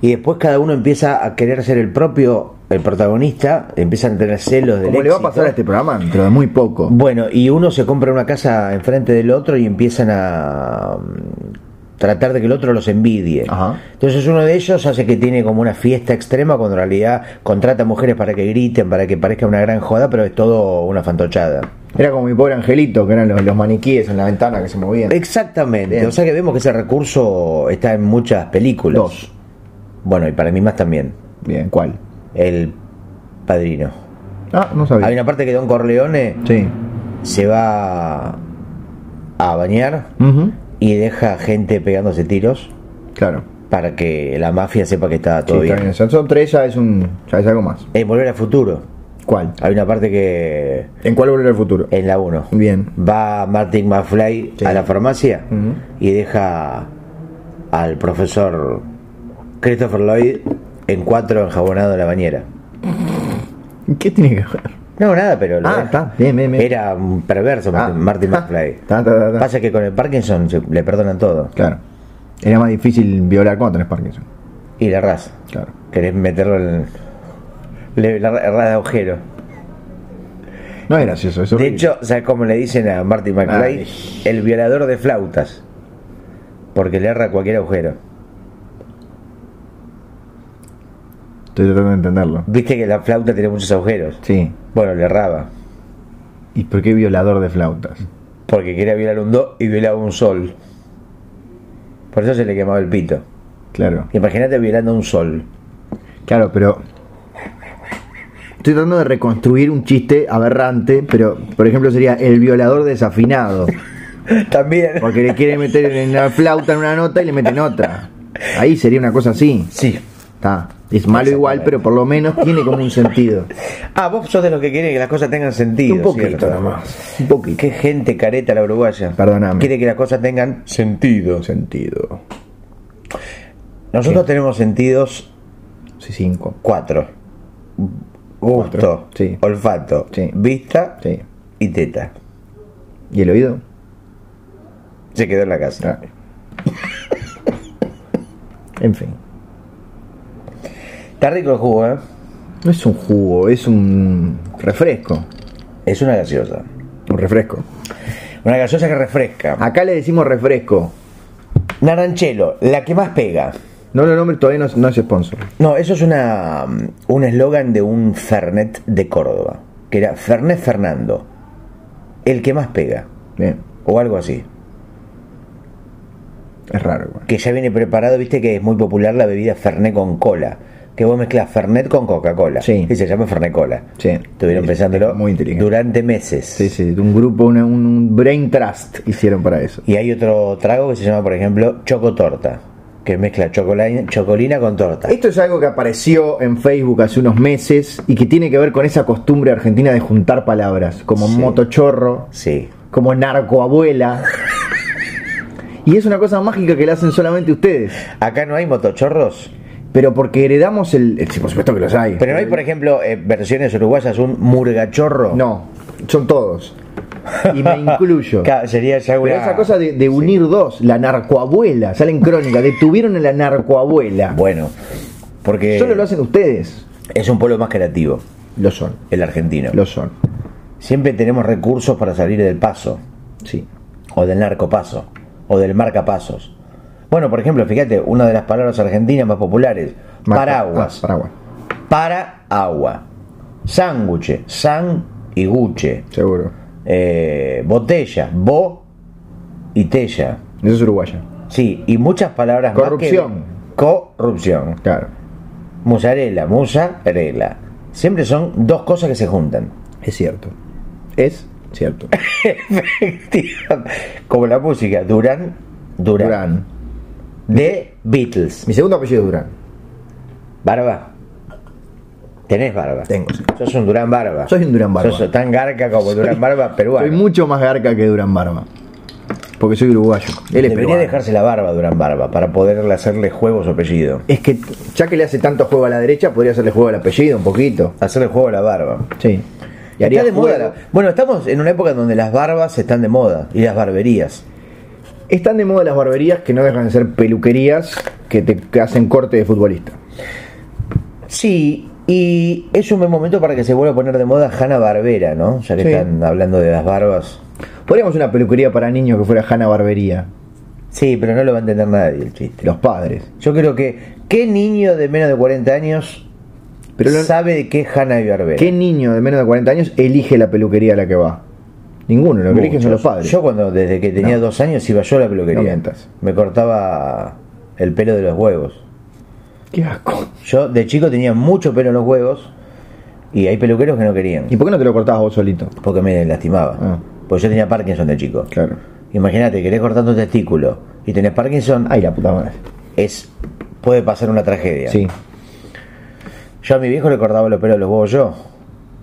Speaker 2: y después cada uno empieza a querer ser el propio, el protagonista, empiezan a tener celos del
Speaker 1: Como le va a
Speaker 2: éxito.
Speaker 1: pasar a este programa, pero de muy poco.
Speaker 2: Bueno, y uno se compra una casa enfrente del otro y empiezan a mm, tratar de que el otro los envidie.
Speaker 1: Ajá.
Speaker 2: Entonces uno de ellos hace que tiene como una fiesta extrema cuando en realidad contrata mujeres para que griten, para que parezca una gran joda, pero es todo una fantochada.
Speaker 1: Era como mi pobre angelito, que eran los, los maniquíes en la ventana que se movían.
Speaker 2: ¿Eh? Exactamente,
Speaker 1: Bien.
Speaker 2: o sea que vemos que ese recurso está en muchas películas.
Speaker 1: Dos.
Speaker 2: Bueno, y para mí más también.
Speaker 1: Bien, ¿cuál?
Speaker 2: el padrino.
Speaker 1: Ah, no sabía.
Speaker 2: Hay una parte que Don Corleone
Speaker 1: Sí.
Speaker 2: se va a bañar
Speaker 1: Ujú.
Speaker 2: y deja gente pegándose tiros
Speaker 1: Claro.
Speaker 2: para que la mafia sepa que está
Speaker 1: Sí,
Speaker 2: todo
Speaker 1: está
Speaker 2: bien.
Speaker 1: bien. Son- Son tres, ya es, un, ya es algo más.
Speaker 2: En Volver al Futuro
Speaker 1: ¿Cuál?
Speaker 2: hay una parte que
Speaker 1: ¿En cuál volver al futuro?
Speaker 2: en la 1
Speaker 1: Bien.
Speaker 2: va Martin McFly
Speaker 1: Sí.
Speaker 2: a la farmacia
Speaker 1: Ujú.
Speaker 2: y deja al profesor Christopher Lloyd en cuatro enjabonado en la bañera.
Speaker 1: ¿Qué tiene que ver?
Speaker 2: No, nada, pero lo
Speaker 1: Ah,
Speaker 2: deja.
Speaker 1: está, bien, bien, bien.
Speaker 2: era un perverso
Speaker 1: Ah.
Speaker 2: Martin, Martin
Speaker 1: Ah,
Speaker 2: McFly.
Speaker 1: ta, ta, ta, ta.
Speaker 2: Pasa que con el Parkinson se- le perdonan todo.
Speaker 1: Claro. Era más difícil violar cuando tenés Parkinson.
Speaker 2: Y la raza.
Speaker 1: Claro.
Speaker 2: Querés meterlo en le- la ra- raza de agujero.
Speaker 1: No es gracioso, eso.
Speaker 2: De hecho, ¿sabes cómo le dicen a Martin McFly?
Speaker 1: Ay.
Speaker 2: El violador de flautas. Porque le erra cualquier agujero.
Speaker 1: Estoy tratando de entenderlo.
Speaker 2: Viste que la flauta tiene muchos agujeros.
Speaker 1: Sí.
Speaker 2: Bueno, le erraba.
Speaker 1: ¿Y por qué violador de flautas?
Speaker 2: Porque quería violar un do y violaba un sol. Por eso se le quemaba el pito.
Speaker 1: Claro.
Speaker 2: Imagínate violando un sol. (laughs)
Speaker 1: Claro, pero. Estoy tratando de reconstruir un chiste aberrante, pero por ejemplo sería el violador desafinado.
Speaker 2: También.
Speaker 1: Porque le quiere meter en la flauta en una nota y le meten otra. Ahí sería una cosa así.
Speaker 2: Sí.
Speaker 1: Está. Es malo igual, pero por lo menos tiene como un sentido.
Speaker 2: Ah, vos sos de los que quieren que las cosas tengan sentido.
Speaker 1: Un poquito
Speaker 2: ¿cierto?
Speaker 1: nomás. Un poquito.
Speaker 2: Qué gente careta la uruguaya.
Speaker 1: Perdóname.
Speaker 2: Quiere que las cosas tengan sentido.
Speaker 1: Sentido.
Speaker 2: Nosotros tenemos sentidos
Speaker 1: Sí, cinco.
Speaker 2: cuatro. Gusto,
Speaker 1: Cuatro, sí.
Speaker 2: olfato,
Speaker 1: Sí.
Speaker 2: vista
Speaker 1: Sí.
Speaker 2: y teta.
Speaker 1: ¿Y el oído?
Speaker 2: Se quedó en la casa.
Speaker 1: Ah. En fin.
Speaker 2: Está rico el jugo, ¿eh?
Speaker 1: No es un jugo, es un refresco.
Speaker 2: Es una gaseosa.
Speaker 1: Un refresco.
Speaker 2: Una gaseosa que refresca.
Speaker 1: Acá le decimos refresco.
Speaker 2: Naranchelo, la que más pega.
Speaker 1: No lo nombre todavía no, no es sponsor.
Speaker 2: No, eso es una um, un eslogan de un Fernet de Córdoba, que era Fernet Fernando, el que más pega,
Speaker 1: Bien.
Speaker 2: o algo así.
Speaker 1: Es raro, güey.
Speaker 2: Que ya viene preparado, viste que es muy popular la bebida Fernet con cola, que vos mezclas Fernet con Coca-Cola,
Speaker 1: Sí.
Speaker 2: y se llama Fernet Cola.
Speaker 1: Sí.
Speaker 2: Estuvieron
Speaker 1: Sí,
Speaker 2: pensándolo
Speaker 1: muy inteligente.
Speaker 2: durante meses.
Speaker 1: Sí, sí, un grupo, una- un, un brain trust hicieron para eso.
Speaker 2: Y hay otro trago que se llama, por ejemplo, Chocotorta, que mezcla chocolina, chocolina con torta.
Speaker 1: Esto es algo que apareció en Facebook hace unos meses y que tiene que ver con esa costumbre argentina de juntar palabras, como
Speaker 2: Sí.
Speaker 1: motochorro,
Speaker 2: Sí.
Speaker 1: como narcoabuela. y es una cosa mágica que la hacen solamente ustedes.
Speaker 2: Acá no hay motochorros.
Speaker 1: Pero porque heredamos el. el- sí, por supuesto que los hay.
Speaker 2: Pero no hay, por ejemplo, eh, versiones uruguayas, un murgachorro. (laughs)
Speaker 1: No, son todos. Y me incluyo.
Speaker 2: Claro, sería ya
Speaker 1: Pero
Speaker 2: una-
Speaker 1: esa cosa de, de unir dos, la narcoabuela, salen crónicas, detuvieron a la narcoabuela.
Speaker 2: Bueno, porque
Speaker 1: Solo lo hacen ustedes.
Speaker 2: es un pueblo más creativo,
Speaker 1: Lo son,
Speaker 2: el argentino.
Speaker 1: lo son.
Speaker 2: Siempre tenemos recursos para salir del paso,
Speaker 1: Sí.
Speaker 2: o del narcopaso, o del marcapasos. Bueno, por ejemplo, fíjate, una de las palabras argentinas más populares,
Speaker 1: Marco-
Speaker 2: paraguas,
Speaker 1: ah, paraguas,
Speaker 2: para agua, sándwich, san y guche,
Speaker 1: seguro.
Speaker 2: eh, botella, bo y tella.
Speaker 1: Eso es uruguaya.
Speaker 2: Sí, y muchas palabras
Speaker 1: Corrupción.
Speaker 2: más. que- Corrupción.
Speaker 1: Claro.
Speaker 2: Musarela, musarela. Siempre son dos cosas que se juntan. (laughs)
Speaker 1: Es cierto. Es cierto.
Speaker 2: Como la música, Durán, Durán.
Speaker 1: Durán.
Speaker 2: De Beatles.
Speaker 1: Mi segundo apellido es Durán.
Speaker 2: Barba. Tenés barba.
Speaker 1: Tengo, sí.
Speaker 2: Sos un Durán Barba.
Speaker 1: Soy un Durán Barba.
Speaker 2: Sos tan garca como Durán Barba peruano.
Speaker 1: Soy mucho más garca que Durán Barba. Porque soy uruguayo. Él es
Speaker 2: Debería
Speaker 1: peruano.
Speaker 2: dejarse la barba Durán Barba para poderle hacerle juego a su apellido.
Speaker 1: Es que ya que le hace tanto juego a la derecha, podría hacerle juego al apellido un poquito.
Speaker 2: Hacerle juego a la barba.
Speaker 1: Sí. Y haría
Speaker 2: Está de moda
Speaker 1: juego-
Speaker 2: la- Bueno, estamos en una época donde las barbas están de moda y las barberías.
Speaker 1: Están de moda las barberías que no dejan de ser peluquerías que te que hacen corte de futbolista.
Speaker 2: Sí, y es un buen momento para que se vuelva a poner de moda Hanna Barbera, ¿no? Ya que
Speaker 1: Sí.
Speaker 2: están hablando de las barbas.
Speaker 1: Podríamos una peluquería para niños que fuera Hanna Barbería.
Speaker 2: Sí, pero no lo va a entender nadie el chiste.
Speaker 1: Los padres.
Speaker 2: Yo creo que, ¿qué niño de menos de 40 años
Speaker 1: Pero lo-
Speaker 2: sabe de qué es Hanna y Barbera?
Speaker 1: ¿Qué niño de menos de 40 años elige la peluquería a la que va? Ninguno, lo que eligen son los padres.
Speaker 2: Yo cuando, desde que tenía
Speaker 1: No.
Speaker 2: dos años, iba yo a la peluquería.
Speaker 1: No mientas.
Speaker 2: Me cortaba el pelo de los huevos.
Speaker 3: Qué asco.
Speaker 2: Yo de chico tenía mucho pelo en los huevos y hay peluqueros que no querían,
Speaker 1: ¿Y por qué no te lo cortabas vos solito?
Speaker 2: porque me lastimaba.
Speaker 1: Ah.
Speaker 2: Porque yo tenía Parkinson de chico.
Speaker 1: Claro.
Speaker 2: Imagínate, querés cortarte un testículo y tenés Parkinson,
Speaker 1: Ay, la puta madre.
Speaker 2: es puede pasar una tragedia.
Speaker 1: Sí.
Speaker 2: Yo a mi viejo le cortaba los pelos de los huevos yo.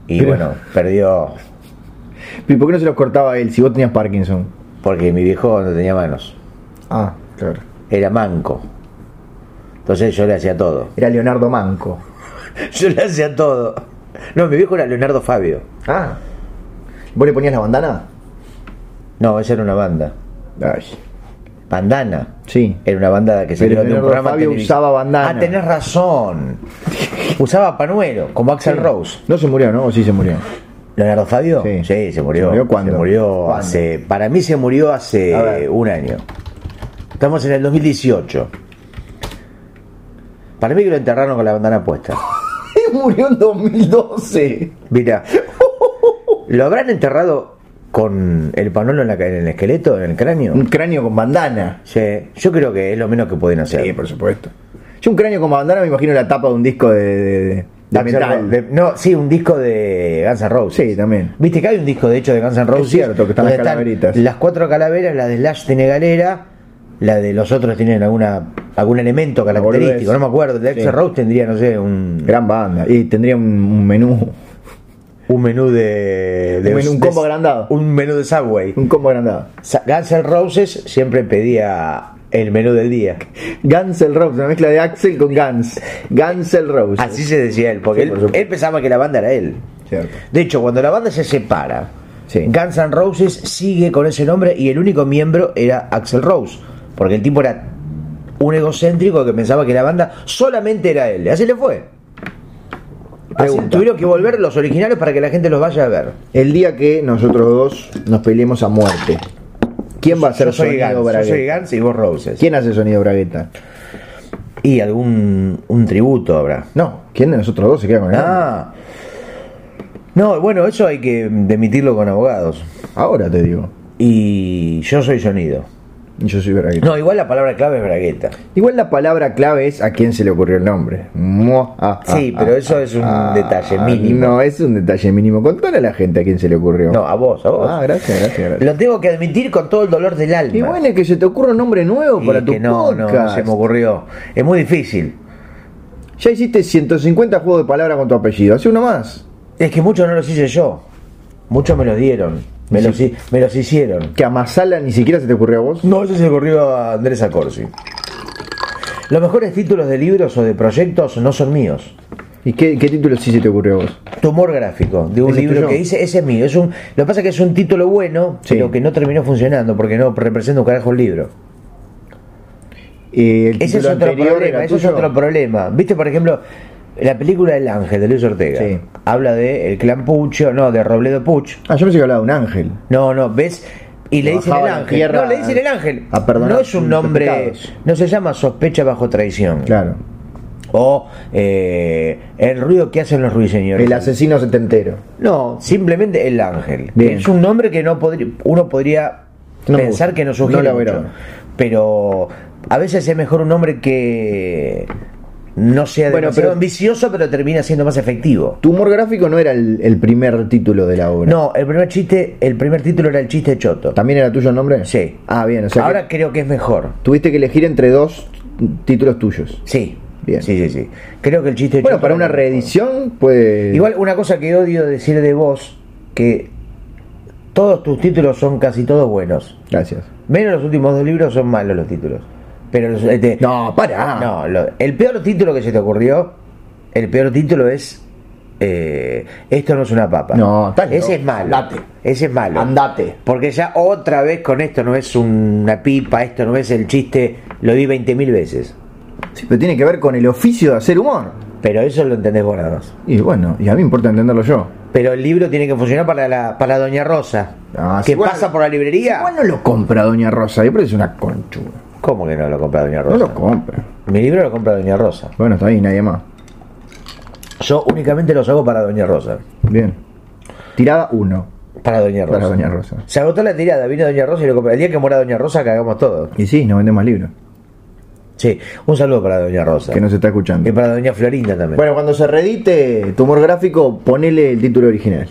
Speaker 2: Y
Speaker 1: Pero-
Speaker 2: bueno, perdió
Speaker 1: ¿Y por qué no se los cortaba él si vos tenías Parkinson?
Speaker 2: porque mi viejo no tenía manos.
Speaker 1: Ah, claro.
Speaker 2: Era manco. Entonces yo le hacía todo. (laughs)
Speaker 1: Era Leonardo Manco.
Speaker 2: Yo le hacía todo. No, mi viejo era Leonardo Fabio.
Speaker 1: Ah. ¿Vos le ponías la bandana?
Speaker 2: No, esa era una banda.
Speaker 1: Ay.
Speaker 2: Bandana.
Speaker 1: Sí.
Speaker 2: Era una banda que se
Speaker 1: Pero
Speaker 2: dio de un
Speaker 1: Leonardo
Speaker 2: programa
Speaker 1: Fabio
Speaker 2: televisivo.
Speaker 1: usaba bandana.
Speaker 2: Ah, tenés razón. Usaba panuelo, como Axel Rose.
Speaker 1: No se murió, ¿no? ¿O sí se (laughs) murió?
Speaker 2: ¿Leonardo Fabio?
Speaker 1: Sí.
Speaker 2: se murió.
Speaker 1: ¿Se murió cuándo?
Speaker 2: Se murió
Speaker 1: ¿Cuándo?
Speaker 2: hace. Para mí se murió
Speaker 1: A ver.
Speaker 2: hace un año. Estamos en el 2018. Para mí que lo enterraron con la bandana puesta.
Speaker 1: murió en 2012.
Speaker 2: Mira, ¿lo habrán enterrado con el panuelo en, la ca- en el esqueleto, en el cráneo?
Speaker 1: Un cráneo con bandana.
Speaker 2: Sí, yo creo que es lo menos que pueden hacer.
Speaker 1: por supuesto. Yo un cráneo con bandana me imagino la tapa de un disco de, de, de- de
Speaker 2: Axl
Speaker 1: metal.
Speaker 2: Rose- de- no, sí, un disco de Guns N' Roses.
Speaker 1: Sí, también.
Speaker 2: Viste que hay un disco de hecho de Guns N' Roses.
Speaker 1: cierto, que están
Speaker 2: donde
Speaker 1: las calaveritas.
Speaker 2: las cuatro calaveras, la de Slash tiene galera, la de los otros tienen alguna algún elemento
Speaker 1: boludez.
Speaker 2: característico, no me acuerdo. El de
Speaker 1: Sí.
Speaker 2: Axl Rose tendría, no sé, un,
Speaker 1: Gran banda. Y tendría un, un menú.
Speaker 2: un menú de, de-
Speaker 1: Un menú, un
Speaker 2: de-
Speaker 1: combo agrandado.
Speaker 2: Un menú de Subway.
Speaker 1: Un combo agrandado.
Speaker 2: Sa- Guns N' Roses siempre pedía el menú del día.
Speaker 1: Gansel Rose, una mezcla de Axel con Gans. Gansel Rose.
Speaker 2: Así se decía él, porque
Speaker 1: Sí, por
Speaker 2: él,
Speaker 1: supuesto.
Speaker 2: él pensaba que la banda era él.
Speaker 1: Cierto.
Speaker 2: De hecho, cuando la banda se separa,
Speaker 1: Sí.
Speaker 2: Guns N' Roses sigue con ese nombre y el único miembro era Axel Rose, porque el tipo era un egocéntrico que pensaba que la banda solamente era él. Así le fue. Así
Speaker 1: Pregunta.
Speaker 2: tuvieron que volver los originales para que la gente los vaya a ver.
Speaker 1: El día que nosotros dos nos peleemos a muerte, ¿quién va a hacer
Speaker 2: Yo soy
Speaker 1: sonido
Speaker 2: Guns, yo
Speaker 1: bragueta?
Speaker 2: soy Guns y vos Roses.
Speaker 1: ¿Quién hace sonido bragueta?
Speaker 2: Y algún un tributo habrá.
Speaker 1: No, ¿quién de nosotros dos se queda con el nombre?
Speaker 2: Ah. No, bueno, eso hay que demitirlo con abogados.
Speaker 1: Ahora te digo.
Speaker 2: Y yo soy sonido.
Speaker 1: Yo soy bragueta.
Speaker 2: No, igual la palabra clave es bragueta.
Speaker 1: Igual la palabra clave es a quién se le ocurrió el nombre. Mua, ah, ah,
Speaker 2: Sí, pero eso es un detalle mínimo.
Speaker 1: No, es un detalle mínimo. Contale a la gente a quién se le ocurrió.
Speaker 2: No, a vos, a vos.
Speaker 1: Ah, gracias, gracias, gracias.
Speaker 2: Lo tengo que admitir con todo el dolor del alma.
Speaker 1: Y bueno, es que se te ocurra un nombre nuevo
Speaker 2: Y
Speaker 1: para tu
Speaker 2: que no, no,
Speaker 1: podcast.
Speaker 2: no se me ocurrió. Es muy difícil.
Speaker 1: Ya hiciste 150 juegos de palabras con tu apellido. Hace uno más.
Speaker 2: Es que muchos no los hice yo. Muchos me los dieron. Me, los, hi- me los hicieron.
Speaker 1: Que a Masala ni siquiera se te ocurrió a vos.
Speaker 2: No, eso se le ocurrió a Andrés Acorsi. Los mejores títulos de libros o de proyectos no son míos.
Speaker 1: ¿Y qué, qué título sí se te ocurrió a vos?
Speaker 2: Tumor gráfico, de un
Speaker 1: ¿Ese es
Speaker 2: libro
Speaker 1: tuyo?
Speaker 2: que hice, ese es mío. Es un, lo que pasa es que es un título bueno,
Speaker 1: Sí.
Speaker 2: pero que no terminó funcionando porque no representa un carajo el libro.
Speaker 1: Eh, el
Speaker 2: Ese es
Speaker 1: título
Speaker 2: otro
Speaker 1: anterior
Speaker 2: problema,
Speaker 1: era
Speaker 2: ese es
Speaker 1: tuyo.
Speaker 2: otro problema. Viste, por ejemplo, la película El Ángel de Luis Ortega.
Speaker 1: Sí.
Speaker 2: Habla de el clan Pucho, no, de Robledo Puch.
Speaker 1: Ah, yo pensé que hablaba de un ángel.
Speaker 2: No, no, ves. Y le
Speaker 1: Le
Speaker 2: dicen
Speaker 1: bajaba
Speaker 2: el
Speaker 1: la
Speaker 2: ángel.
Speaker 1: tierra
Speaker 2: No, le dicen el ángel.
Speaker 1: a perdonar
Speaker 2: no es un
Speaker 1: sus
Speaker 2: nombre.
Speaker 1: pecados.
Speaker 2: No se llama sospecha bajo traición.
Speaker 1: Claro.
Speaker 2: O eh, el ruido que hacen los ruiseñores.
Speaker 1: El asesino setentero.
Speaker 2: No, simplemente el ángel.
Speaker 1: Bien.
Speaker 2: Es un nombre que no podri- uno podría
Speaker 1: No me
Speaker 2: pensar
Speaker 1: gusta.
Speaker 2: que no sugiere
Speaker 1: No lo
Speaker 2: mucho.
Speaker 1: verá.
Speaker 2: Pero a veces es mejor un nombre que no sea
Speaker 1: Bueno,
Speaker 2: demasiado
Speaker 1: pero-
Speaker 2: ambicioso, pero termina siendo más efectivo.
Speaker 1: Tumor gráfico no era el, el primer título de la obra.
Speaker 2: No, el primer chiste, el primer título era el chiste choto.
Speaker 1: ¿También era tuyo el nombre?
Speaker 2: Sí.
Speaker 1: Ah, bien, o sea. que
Speaker 2: Ahora creo que es mejor.
Speaker 1: tuviste que elegir entre dos títulos tuyos.
Speaker 2: Sí.
Speaker 1: Bien.
Speaker 2: Sí, sí, sí. Creo que el chiste
Speaker 1: Bueno,
Speaker 2: choto
Speaker 1: para
Speaker 2: era
Speaker 1: una
Speaker 2: mejor.
Speaker 1: reedición, pues.
Speaker 2: Igual una cosa que odio decir de vos, que todos tus títulos son casi todos buenos.
Speaker 1: Gracias.
Speaker 2: Menos los últimos dos libros son malos los títulos. Pero los, este-
Speaker 1: No, pará.
Speaker 2: No, lo- el peor título que se te ocurrió, el peor título es eh, Esto no es una papa.
Speaker 1: No, estás
Speaker 2: ese
Speaker 1: loco.
Speaker 2: es malo.
Speaker 1: Andate.
Speaker 2: Ese es malo.
Speaker 1: Andate.
Speaker 2: Porque ya otra vez con esto no es una pipa, esto no es el chiste, lo di 20.000 veces.
Speaker 1: Sí, pero tiene que ver con el oficio de hacer humor.
Speaker 2: Pero eso lo entendés vos nada más.
Speaker 1: Y bueno, y a mí me importa entenderlo yo.
Speaker 2: Pero el libro tiene que funcionar para la para Doña Rosa.
Speaker 1: Ah,
Speaker 2: que
Speaker 1: si igual-
Speaker 2: pasa por la librería.
Speaker 1: Igual no lo compra Doña Rosa, yo creo que es una conchuda.
Speaker 2: ¿Cómo que no lo compra Doña
Speaker 1: No
Speaker 2: Rosa?
Speaker 1: lo compra.
Speaker 2: Mi libro lo compra Doña Rosa.
Speaker 1: Bueno, está ahí, nadie más.
Speaker 2: Yo únicamente los hago para Doña Rosa.
Speaker 1: Bien. Tirada 1.
Speaker 2: Para Doña Rosa.
Speaker 1: Para Doña Rosa.
Speaker 2: Se agotó la tirada, vino Doña Rosa y lo compré. El día que muera Doña Rosa cagamos todo.
Speaker 1: Y sí, no vende más libros.
Speaker 2: Sí, un saludo para Doña Rosa.
Speaker 1: que nos está escuchando.
Speaker 2: Y para Doña Florinda también.
Speaker 1: Bueno, cuando se reedite Tumor Gráfico, ponele el título original.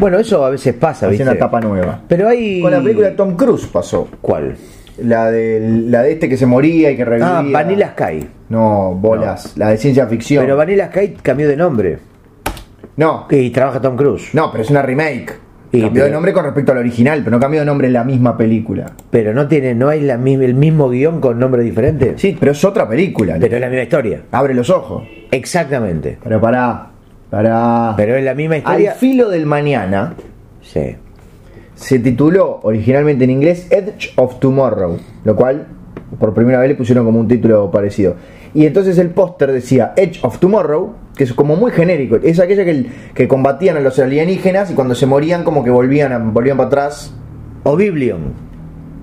Speaker 2: Bueno, eso a veces pasa,
Speaker 1: Hace
Speaker 2: ¿viste?
Speaker 1: una tapa nueva.
Speaker 2: Pero hay.
Speaker 1: Con la película de Tom Cruise pasó.
Speaker 2: ¿Cuál?
Speaker 1: La de, la de este que se moría y que revivía.
Speaker 2: Ah, Vanilla Sky.
Speaker 1: No, bolas. La de ciencia ficción.
Speaker 2: Pero Vanilla Sky cambió de nombre.
Speaker 1: no,
Speaker 2: Y trabaja Tom Cruise.
Speaker 1: no, pero es una remake.
Speaker 2: Y-
Speaker 1: cambió de nombre con respecto al original, pero no cambió de nombre en la misma película.
Speaker 2: Pero no tiene, no hay la, mi- el mismo guión con nombre diferente.
Speaker 1: Sí, pero es otra película.
Speaker 2: Pero es la misma historia.
Speaker 1: Abre los ojos.
Speaker 2: Exactamente.
Speaker 1: Pero pará. Pará.
Speaker 2: Pero es la misma
Speaker 1: Al
Speaker 2: historia.
Speaker 1: filo del mañana
Speaker 2: Sí.
Speaker 1: se tituló originalmente en inglés Edge of Tomorrow, lo cual por primera vez le pusieron como un título parecido. Y entonces el póster decía Edge of Tomorrow, que es como muy genérico, es aquella que, el- que combatían a los alienígenas y cuando se morían como que volvían, a- volvían para atrás.
Speaker 2: O Biblion.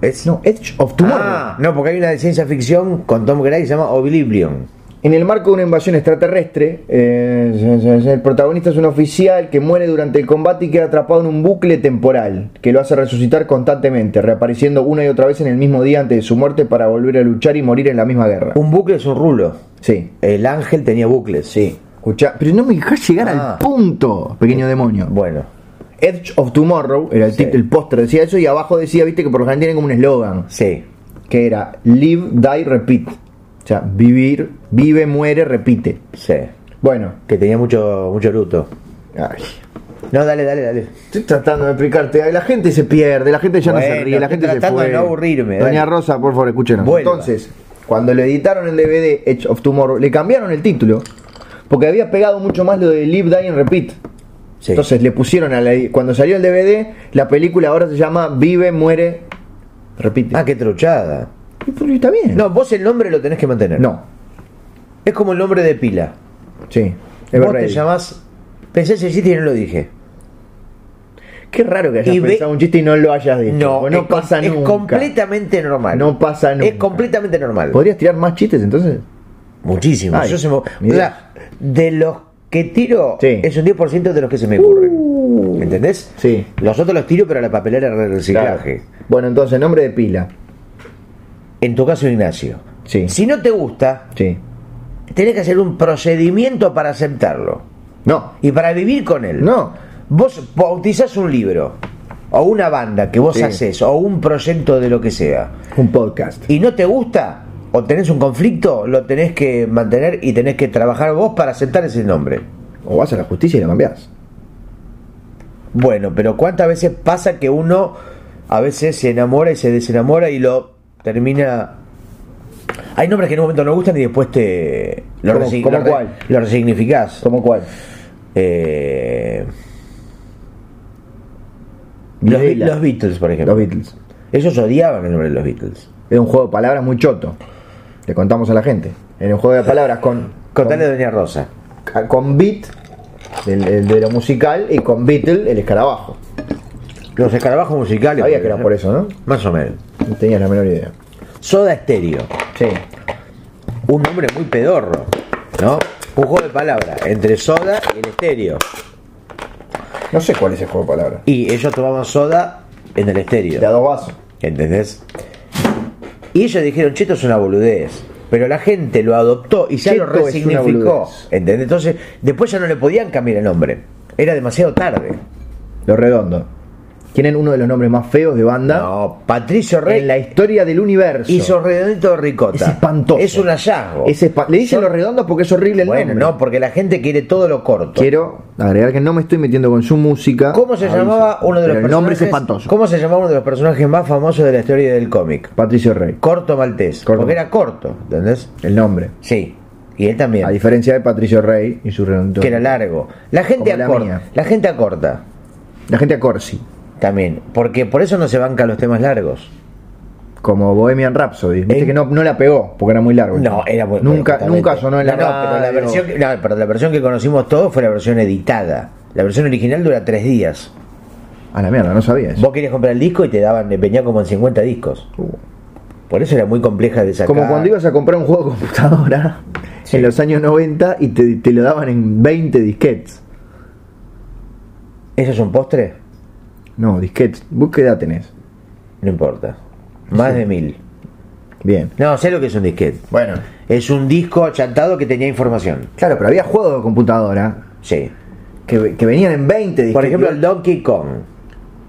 Speaker 1: Es, no, Edge of Tomorrow.
Speaker 2: Ah, no, porque hay una de ciencia ficción con Tom Gray que se llama Oblivion.
Speaker 1: En el marco de una invasión extraterrestre, eh, el protagonista es un oficial que muere durante el combate y queda atrapado en un bucle temporal que lo hace resucitar constantemente, reapareciendo una y otra vez en el mismo día antes de su muerte para volver a luchar y morir en la misma guerra.
Speaker 2: Un bucle es un rulo.
Speaker 1: Sí,
Speaker 2: El ángel tenía bucles.
Speaker 1: sí. Escucha, pero no me dejas llegar
Speaker 2: Ah.
Speaker 1: al punto, pequeño demonio.
Speaker 2: Bueno.
Speaker 1: Edge of Tomorrow era el,
Speaker 2: Sí.
Speaker 1: tit- el póster, decía eso y abajo decía, viste que por lo general tienen como un eslogan,
Speaker 2: Sí.
Speaker 1: que era Live, Die, Repeat. O sea, vivir, vive, muere, repite.
Speaker 2: Sí.
Speaker 1: Bueno.
Speaker 2: Que tenía mucho, mucho luto.
Speaker 1: Ay.
Speaker 2: No, dale, dale, dale.
Speaker 1: Estoy tratando de explicarte. Ay, La gente se pierde, la gente ya no se
Speaker 2: Bueno,
Speaker 1: ríe, la
Speaker 2: estoy
Speaker 1: gente se
Speaker 2: tratando
Speaker 1: fue.
Speaker 2: de no aburrirme,
Speaker 1: Doña
Speaker 2: dale.
Speaker 1: Rosa, por favor, escúchenos.
Speaker 2: Vuelva.
Speaker 1: Entonces, cuando le editaron el DVD Edge of Tomorrow, le cambiaron el título porque había pegado mucho más lo de Live, Die and Repeat.
Speaker 2: Sí.
Speaker 1: Entonces le pusieron a la, cuando salió el DVD, la película ahora se llama Vive, muere, repite.
Speaker 2: Ah, qué truchada.
Speaker 1: Y pues, está bien.
Speaker 2: No, vos el nombre lo tenés que mantener.
Speaker 1: no.
Speaker 2: Es como el nombre de pila.
Speaker 1: Sí.
Speaker 2: Vos
Speaker 1: Everready.
Speaker 2: te llamás. Pensé ese chiste y no lo dije.
Speaker 1: Qué raro que hayas
Speaker 2: Y ve-
Speaker 1: pensado un chiste y no lo hayas dicho. Pues no
Speaker 2: es com-
Speaker 1: pasa nunca.
Speaker 2: Es completamente normal.
Speaker 1: No pasa
Speaker 2: Es
Speaker 1: nunca.
Speaker 2: completamente normal.
Speaker 1: ¿Podrías tirar más chistes entonces?
Speaker 2: Muchísimo.
Speaker 1: Ay,
Speaker 2: Yo se me- o
Speaker 1: mirá.
Speaker 2: sea, de los que tiro,
Speaker 1: Sí.
Speaker 2: es un 10% de los que se me ocurren.
Speaker 1: Uh.
Speaker 2: ¿Entendés?
Speaker 1: Sí.
Speaker 2: Los otros los tiro, pero a la papelera de reciclaje.
Speaker 1: Claro. Bueno, entonces, nombre de pila.
Speaker 2: En tu caso, Ignacio.
Speaker 1: Sí.
Speaker 2: Si no te gusta,
Speaker 1: Sí.
Speaker 2: tenés que hacer un procedimiento para aceptarlo
Speaker 1: No.
Speaker 2: y para vivir con él.
Speaker 1: No.
Speaker 2: Vos bautizás un libro o una banda que vos
Speaker 1: Sí.
Speaker 2: haces o un proyecto de lo que sea
Speaker 1: Un podcast.
Speaker 2: y no te gusta o tenés un conflicto, lo tenés que mantener y tenés que trabajar vos para aceptar ese nombre.
Speaker 1: O vas a la justicia y lo cambiás.
Speaker 2: Bueno, pero ¿cuántas veces pasa que uno a veces se enamora y se desenamora y lo termina... Hay nombres que en un momento no gustan y después te... Lo,
Speaker 1: ¿Cómo-
Speaker 2: resign-
Speaker 1: cómo
Speaker 2: lo re-
Speaker 1: cuál?
Speaker 2: lo resignificás.
Speaker 1: ¿Cómo cuál?
Speaker 2: Eh, los, Bi-
Speaker 1: Videla.
Speaker 2: los Beatles, por ejemplo.
Speaker 1: Los Beatles.
Speaker 2: Ellos odiaban el nombre de los Beatles.
Speaker 1: Es un juego de palabras muy choto. Le contamos a la gente. Era un juego de palabras con.
Speaker 2: Contale a Doña Rosa.
Speaker 1: Con, con beat, el, el de lo musical, y con Beatle, el escarabajo.
Speaker 2: Los escarabajos musicales.
Speaker 1: Sabía
Speaker 2: por
Speaker 1: que era
Speaker 2: ejemplo.
Speaker 1: por eso, ¿no?
Speaker 2: Más o menos.
Speaker 1: No tenías la menor idea.
Speaker 2: Soda Estéreo.
Speaker 1: Sí.
Speaker 2: Un nombre muy pedorro. ¿No? Un juego de palabras entre soda y el estéreo.
Speaker 1: No sé cuál es el juego de palabras.
Speaker 2: Y ellos tomaban soda en el
Speaker 1: De a
Speaker 2: estéreo.
Speaker 1: dos vasos.
Speaker 2: ¿Entendés? Y ellos dijeron, cheto es una boludez. Pero la gente lo adoptó y ya lo
Speaker 1: Cheto es una
Speaker 2: resignificó.
Speaker 1: boludez.
Speaker 2: ¿Entendés? Entonces, después ya no le podían cambiar el nombre. Era demasiado tarde.
Speaker 1: Los redondos. Tienen uno de los nombres más feos de banda
Speaker 2: No, Patricio Rey
Speaker 1: en la historia del universo.
Speaker 2: hizo redondito de
Speaker 1: Es
Speaker 2: ricota.
Speaker 1: espantoso.
Speaker 2: Es un hallazgo.
Speaker 1: Es espa- Le dicen los redondos porque es horrible el
Speaker 2: Bueno,
Speaker 1: nombre.
Speaker 2: no, porque la gente quiere todo lo corto.
Speaker 1: Quiero agregar que no me estoy metiendo con su música.
Speaker 2: ¿Cómo se
Speaker 1: Aviso.
Speaker 2: llamaba uno de los
Speaker 1: Pero El
Speaker 2: personajes?
Speaker 1: nombre es espantoso.
Speaker 2: ¿Cómo se llamaba uno de los personajes más famosos de la historia del cómic?
Speaker 1: Patricio Rey.
Speaker 2: Corto Maltés.
Speaker 1: Corto.
Speaker 2: Porque era corto, ¿entendés?
Speaker 1: El nombre.
Speaker 2: Sí. Y él
Speaker 1: A
Speaker 2: también.
Speaker 1: diferencia de Patricio Rey y su redondo.
Speaker 2: Que era largo. La gente
Speaker 1: Como la
Speaker 2: acorta. La,
Speaker 1: mía.
Speaker 2: gente acorta
Speaker 1: La gente a Corsi.
Speaker 2: también. Porque por eso no se bancan los temas largos.
Speaker 1: Como Bohemian Rhapsody. Viste
Speaker 2: En-
Speaker 1: que no, no la pegó porque era muy largo.
Speaker 2: Eh. No, era muy
Speaker 1: Nunca,
Speaker 2: perfectamente.
Speaker 1: nunca sonó en la
Speaker 2: no, no, pero la
Speaker 1: radio.
Speaker 2: versión que- no, pero la versión que conocimos todos fue la versión editada. La versión original dura tres días.
Speaker 1: A la mierda, no sabía eso.
Speaker 2: Vos querías comprar el disco y te daban, te venía como en 50 discos.
Speaker 1: Uh.
Speaker 2: Por eso era muy compleja de sacar.
Speaker 1: Como cuando ibas a comprar un juego de computadora
Speaker 2: (laughs) Sí.
Speaker 1: en los años 90 y te, te lo daban en 20 disquets.
Speaker 2: ¿Eso es un postre?
Speaker 1: No, disquets. ¿Vos qué edad tenés?
Speaker 2: No importa. Más de mil.
Speaker 1: Bien.
Speaker 2: No, sé lo que es un disquete.
Speaker 1: Bueno.
Speaker 2: Es un disco achantado que tenía información.
Speaker 1: Claro, pero había juegos de computadora
Speaker 2: Sí.
Speaker 1: que, que venían en 20 disquetes.
Speaker 2: Por ejemplo, el Donkey Kong,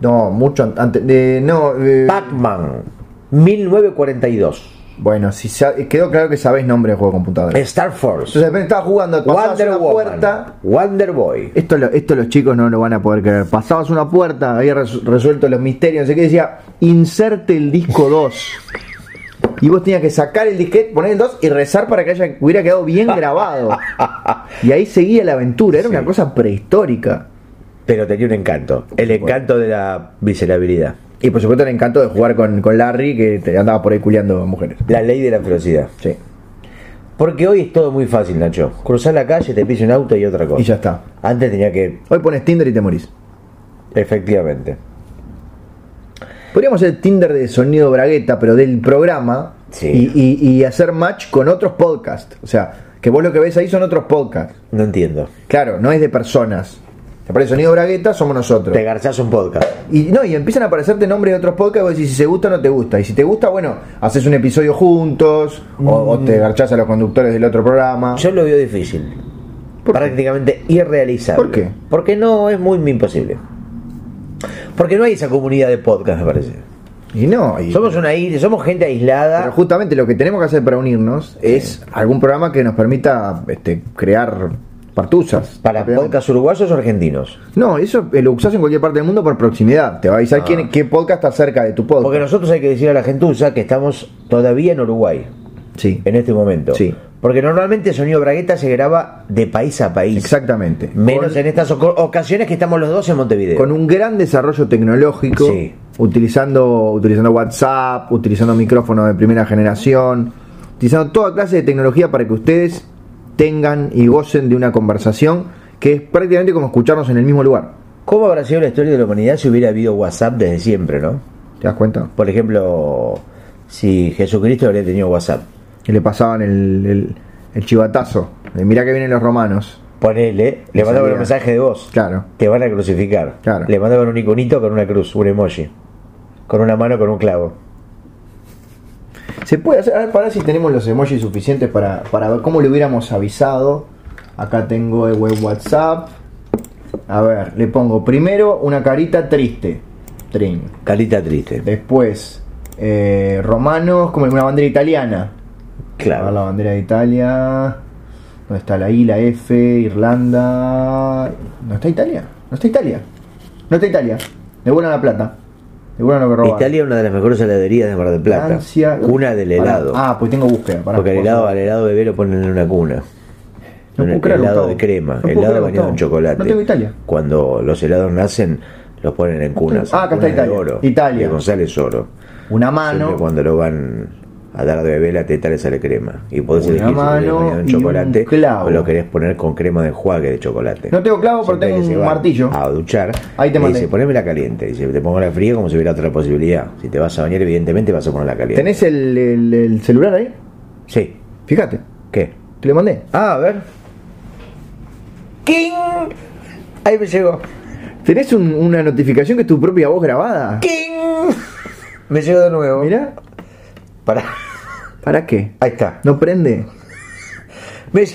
Speaker 1: No, mucho an- antes. de- no. eh,
Speaker 2: Pac-Man, 1942,
Speaker 1: Bueno, si sa- quedó claro que sabés nombre de juego de computadora.
Speaker 2: Star Force,
Speaker 1: Entonces, de repente estaba jugando, pasabas
Speaker 2: Wonder
Speaker 1: una
Speaker 2: Woman,
Speaker 1: puerta.
Speaker 2: Wonder Boy.
Speaker 1: Esto, lo- esto los chicos no lo van a poder creer. Pasabas una puerta, había res- resuelto los misterios, no sé qué, decía, inserte el disco 2. Y vos tenías que sacar el disquete, poner el 2 y rezar para que haya, hubiera quedado
Speaker 2: (laughs)
Speaker 1: bien grabado. Y ahí seguía la aventura, era una cosa prehistórica.
Speaker 2: Pero tenía un encanto. El encanto de la miserabilidad.
Speaker 1: Y por supuesto el encanto de jugar con, con Larry, que te andaba por ahí culiando a mujeres.
Speaker 2: La ley de la ferocidad.
Speaker 1: Sí.
Speaker 2: Porque hoy es todo muy fácil, Nacho. Cruzar la calle, te pisa un auto y otra cosa.
Speaker 1: Y ya está.
Speaker 2: Antes tenía que.
Speaker 1: Hoy pones Tinder y te morís.
Speaker 2: Efectivamente.
Speaker 1: Podríamos hacer Tinder de sonido bragueta, pero del programa.
Speaker 2: Sí.
Speaker 1: Y, y- y hacer match con otros podcasts. O sea, que vos lo que ves ahí son otros podcasts.
Speaker 2: No entiendo.
Speaker 1: Claro, no es de personas. Te aparece sonido bragueta, somos nosotros.
Speaker 2: Te garzás un podcast.
Speaker 1: Y no, y empiezan a aparecerte nombres de otros podcasts. Vos decís si se gusta o no te gusta. Y si te gusta, bueno, haces un episodio juntos. O, o te garchás a los conductores del otro programa.
Speaker 2: Mm. Yo lo veo difícil.
Speaker 1: ¿Por qué?
Speaker 2: prácticamente irrealizable.
Speaker 1: ¿Por qué?
Speaker 2: Porque no es muy imposible. Porque no hay esa comunidad de podcast, me parece.
Speaker 1: Y no, y-
Speaker 2: Somos una isla, somos gente
Speaker 1: Pero
Speaker 2: aislada.
Speaker 1: justamente lo que tenemos que hacer para unirnos es algún programa que nos permita este, crear partusas.
Speaker 2: Para podcast uruguayos o argentinos.
Speaker 1: No, eso eh, lo usás en cualquier parte del mundo por proximidad. Te va a avisar quién, qué podcast está cerca de tu podcast.
Speaker 2: Ah. Porque nosotros hay que decir a la gentuza que estamos todavía en Uruguay,
Speaker 1: Sí,
Speaker 2: en este momento.
Speaker 1: Sí.
Speaker 2: Porque normalmente Sonido Bragueta se graba de país a país.
Speaker 1: exactamente.
Speaker 2: Menos
Speaker 1: con,
Speaker 2: en estas oco- ocasiones que estamos los dos en Montevideo.
Speaker 1: con un gran desarrollo tecnológico,
Speaker 2: Sí.
Speaker 1: utilizando, utilizando WhatsApp, utilizando micrófonos de primera generación, utilizando toda clase de tecnología para que ustedes tengan y gocen de una conversación que es prácticamente como escucharnos en el mismo lugar.
Speaker 2: ¿Cómo habrá sido la historia de la humanidad si hubiera habido WhatsApp desde siempre, no?
Speaker 1: ¿Te das cuenta?
Speaker 2: Por ejemplo, si Jesucristo habría tenido WhatsApp.
Speaker 1: Y le pasaban el, el- el chivatazo. De mirá que vienen los romanos.
Speaker 2: Ponele, le mandaban
Speaker 1: salía.
Speaker 2: un mensaje de voz.
Speaker 1: Claro.
Speaker 2: Te van a crucificar.
Speaker 1: Claro.
Speaker 2: Le mandaban un iconito con una cruz, un emoji. Con una mano, con un clavo.
Speaker 1: Se puede hacer. A ver, pará si tenemos los emojis suficientes para, para ver cómo le hubiéramos avisado. Acá tengo el web WhatsApp. A ver, le pongo primero una carita triste. Trin.
Speaker 2: Carita triste.
Speaker 1: Después, eh, romanos, como una bandera italiana. A ver,
Speaker 2: Claro.
Speaker 1: la bandera de Italia. ¿Dónde está la I, la F, Irlanda? ¿No está Italia? ¿No está Italia? ¿No está Italia? Devuelvan la plata. Devuelvan lo que robaron.
Speaker 2: Italia es una de las mejores heladerías de Mar del Plata.
Speaker 1: Francia.
Speaker 2: Cuna del
Speaker 1: Pará.
Speaker 2: helado.
Speaker 1: Ah, pues tengo búsqueda. pará.
Speaker 2: Porque el helado, al helado bebé lo ponen en una cuna.
Speaker 1: No
Speaker 2: Un
Speaker 1: puedo creer,
Speaker 2: helado
Speaker 1: Gustavo.
Speaker 2: de crema,
Speaker 1: No puedo
Speaker 2: helado
Speaker 1: creer,
Speaker 2: bañado en
Speaker 1: Gustavo.
Speaker 2: chocolate.
Speaker 1: No tengo Italia.
Speaker 2: Cuando los helados nacen, los ponen en cunas.
Speaker 1: Ah, acá
Speaker 2: cunas
Speaker 1: está
Speaker 2: de
Speaker 1: Italia.
Speaker 2: Oro,
Speaker 1: Italia.
Speaker 2: De González Oro.
Speaker 1: Una
Speaker 2: Siempre
Speaker 1: mano.
Speaker 2: cuando lo van a dar de bebé, la teta le sale crema. Y podés
Speaker 1: Una
Speaker 2: elegir si lo querés
Speaker 1: mano
Speaker 2: bañado en
Speaker 1: y un
Speaker 2: chocolate
Speaker 1: clavo.
Speaker 2: o lo querés poner con crema de enjuague de chocolate.
Speaker 1: No tengo clavo, pero
Speaker 2: Siempre
Speaker 1: tengo
Speaker 2: que Ah, se
Speaker 1: un
Speaker 2: van
Speaker 1: martillo.
Speaker 2: A duchar.
Speaker 1: Ahí te
Speaker 2: le
Speaker 1: mandé.
Speaker 2: Dice, ponémela caliente. Dice, te pongo la fría como si hubiera otra posibilidad. Si te vas a bañar, evidentemente vas a ponerla caliente.
Speaker 1: ¿Tenés el, el- el celular ahí?
Speaker 2: Sí.
Speaker 1: Fíjate.
Speaker 2: ¿Qué?
Speaker 1: Te lo mandé.
Speaker 2: Ah, a ver. ¡King! Ahí me llegó.
Speaker 1: ¿Tenés un- una notificación que es tu propia voz grabada?
Speaker 2: ¡King! Me llegó de nuevo.
Speaker 1: Mirá.
Speaker 2: Para.
Speaker 1: ¿Para qué?
Speaker 2: Ahí está.
Speaker 1: ¿No prende?
Speaker 2: Me, lle-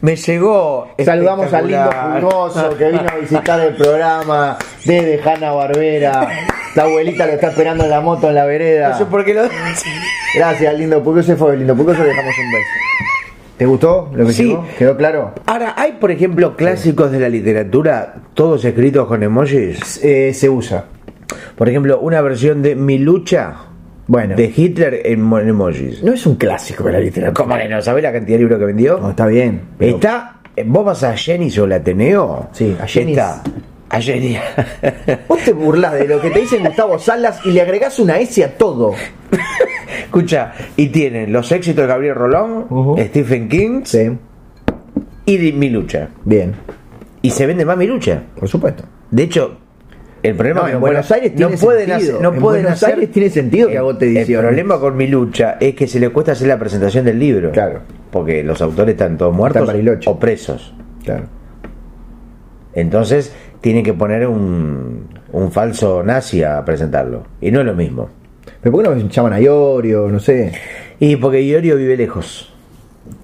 Speaker 2: me llegó.
Speaker 1: Este, Saludamos al lindo Fulgoso que vino a visitar el programa desde Hanna Barbera. La abuelita lo está esperando en la moto en la vereda.
Speaker 2: No sé por qué lo.
Speaker 1: Gracias, lindo Fulgoso. Se fue, lindo Fulgoso. Le dejamos un beso. ¿Te gustó lo que
Speaker 2: Sí.
Speaker 1: llegó? ¿Quedó claro?
Speaker 2: Ahora, ¿hay por ejemplo clásicos de la literatura, todos escritos con emojis?
Speaker 1: Eh, se usa.
Speaker 2: Por ejemplo, una versión de Mi lucha
Speaker 1: Bueno.
Speaker 2: de Hitler en mo- en emojis.
Speaker 1: No es un clásico de la literatura.
Speaker 2: ¿Cómo que no? ¿Sabés la cantidad de libros que vendió?
Speaker 1: No, está bien. pero-
Speaker 2: Está. eh, Vos vas a Jenny o el Ateneo.
Speaker 1: Sí, a Jenny's.
Speaker 2: Está. A Jenny.
Speaker 1: Vos te burlas de lo que te dicen Gustavo Salas y le agregás una S a todo.
Speaker 2: (laughs) Escucha, y tienen los éxitos de Gabriel Rolón,
Speaker 1: Ujú.
Speaker 2: Stephen King
Speaker 1: Sí.
Speaker 2: y de Mi Lucha.
Speaker 1: Bien.
Speaker 2: Y se vende más Mi Lucha.
Speaker 1: Por supuesto.
Speaker 2: De hecho, el problema
Speaker 1: No,
Speaker 2: es que
Speaker 1: en Buenos
Speaker 2: pueden-
Speaker 1: Aires
Speaker 2: no
Speaker 1: tiene
Speaker 2: pueden
Speaker 1: sentido.
Speaker 2: hacer- no
Speaker 1: En
Speaker 2: pueden
Speaker 1: Buenos
Speaker 2: hacer-
Speaker 1: Aires tiene sentido que
Speaker 2: el-
Speaker 1: agote edición.
Speaker 2: El problema con mi lucha es que se le cuesta hacer la presentación del libro.
Speaker 1: Claro.
Speaker 2: Porque los autores están todos muertos
Speaker 1: Bariloche.
Speaker 2: o presos.
Speaker 1: Claro.
Speaker 2: Entonces tienen que poner un, un falso nazi a presentarlo. Y no es lo mismo.
Speaker 1: Pero ¿por qué no llaman a Iorio? No sé.
Speaker 2: Y porque Iorio vive lejos.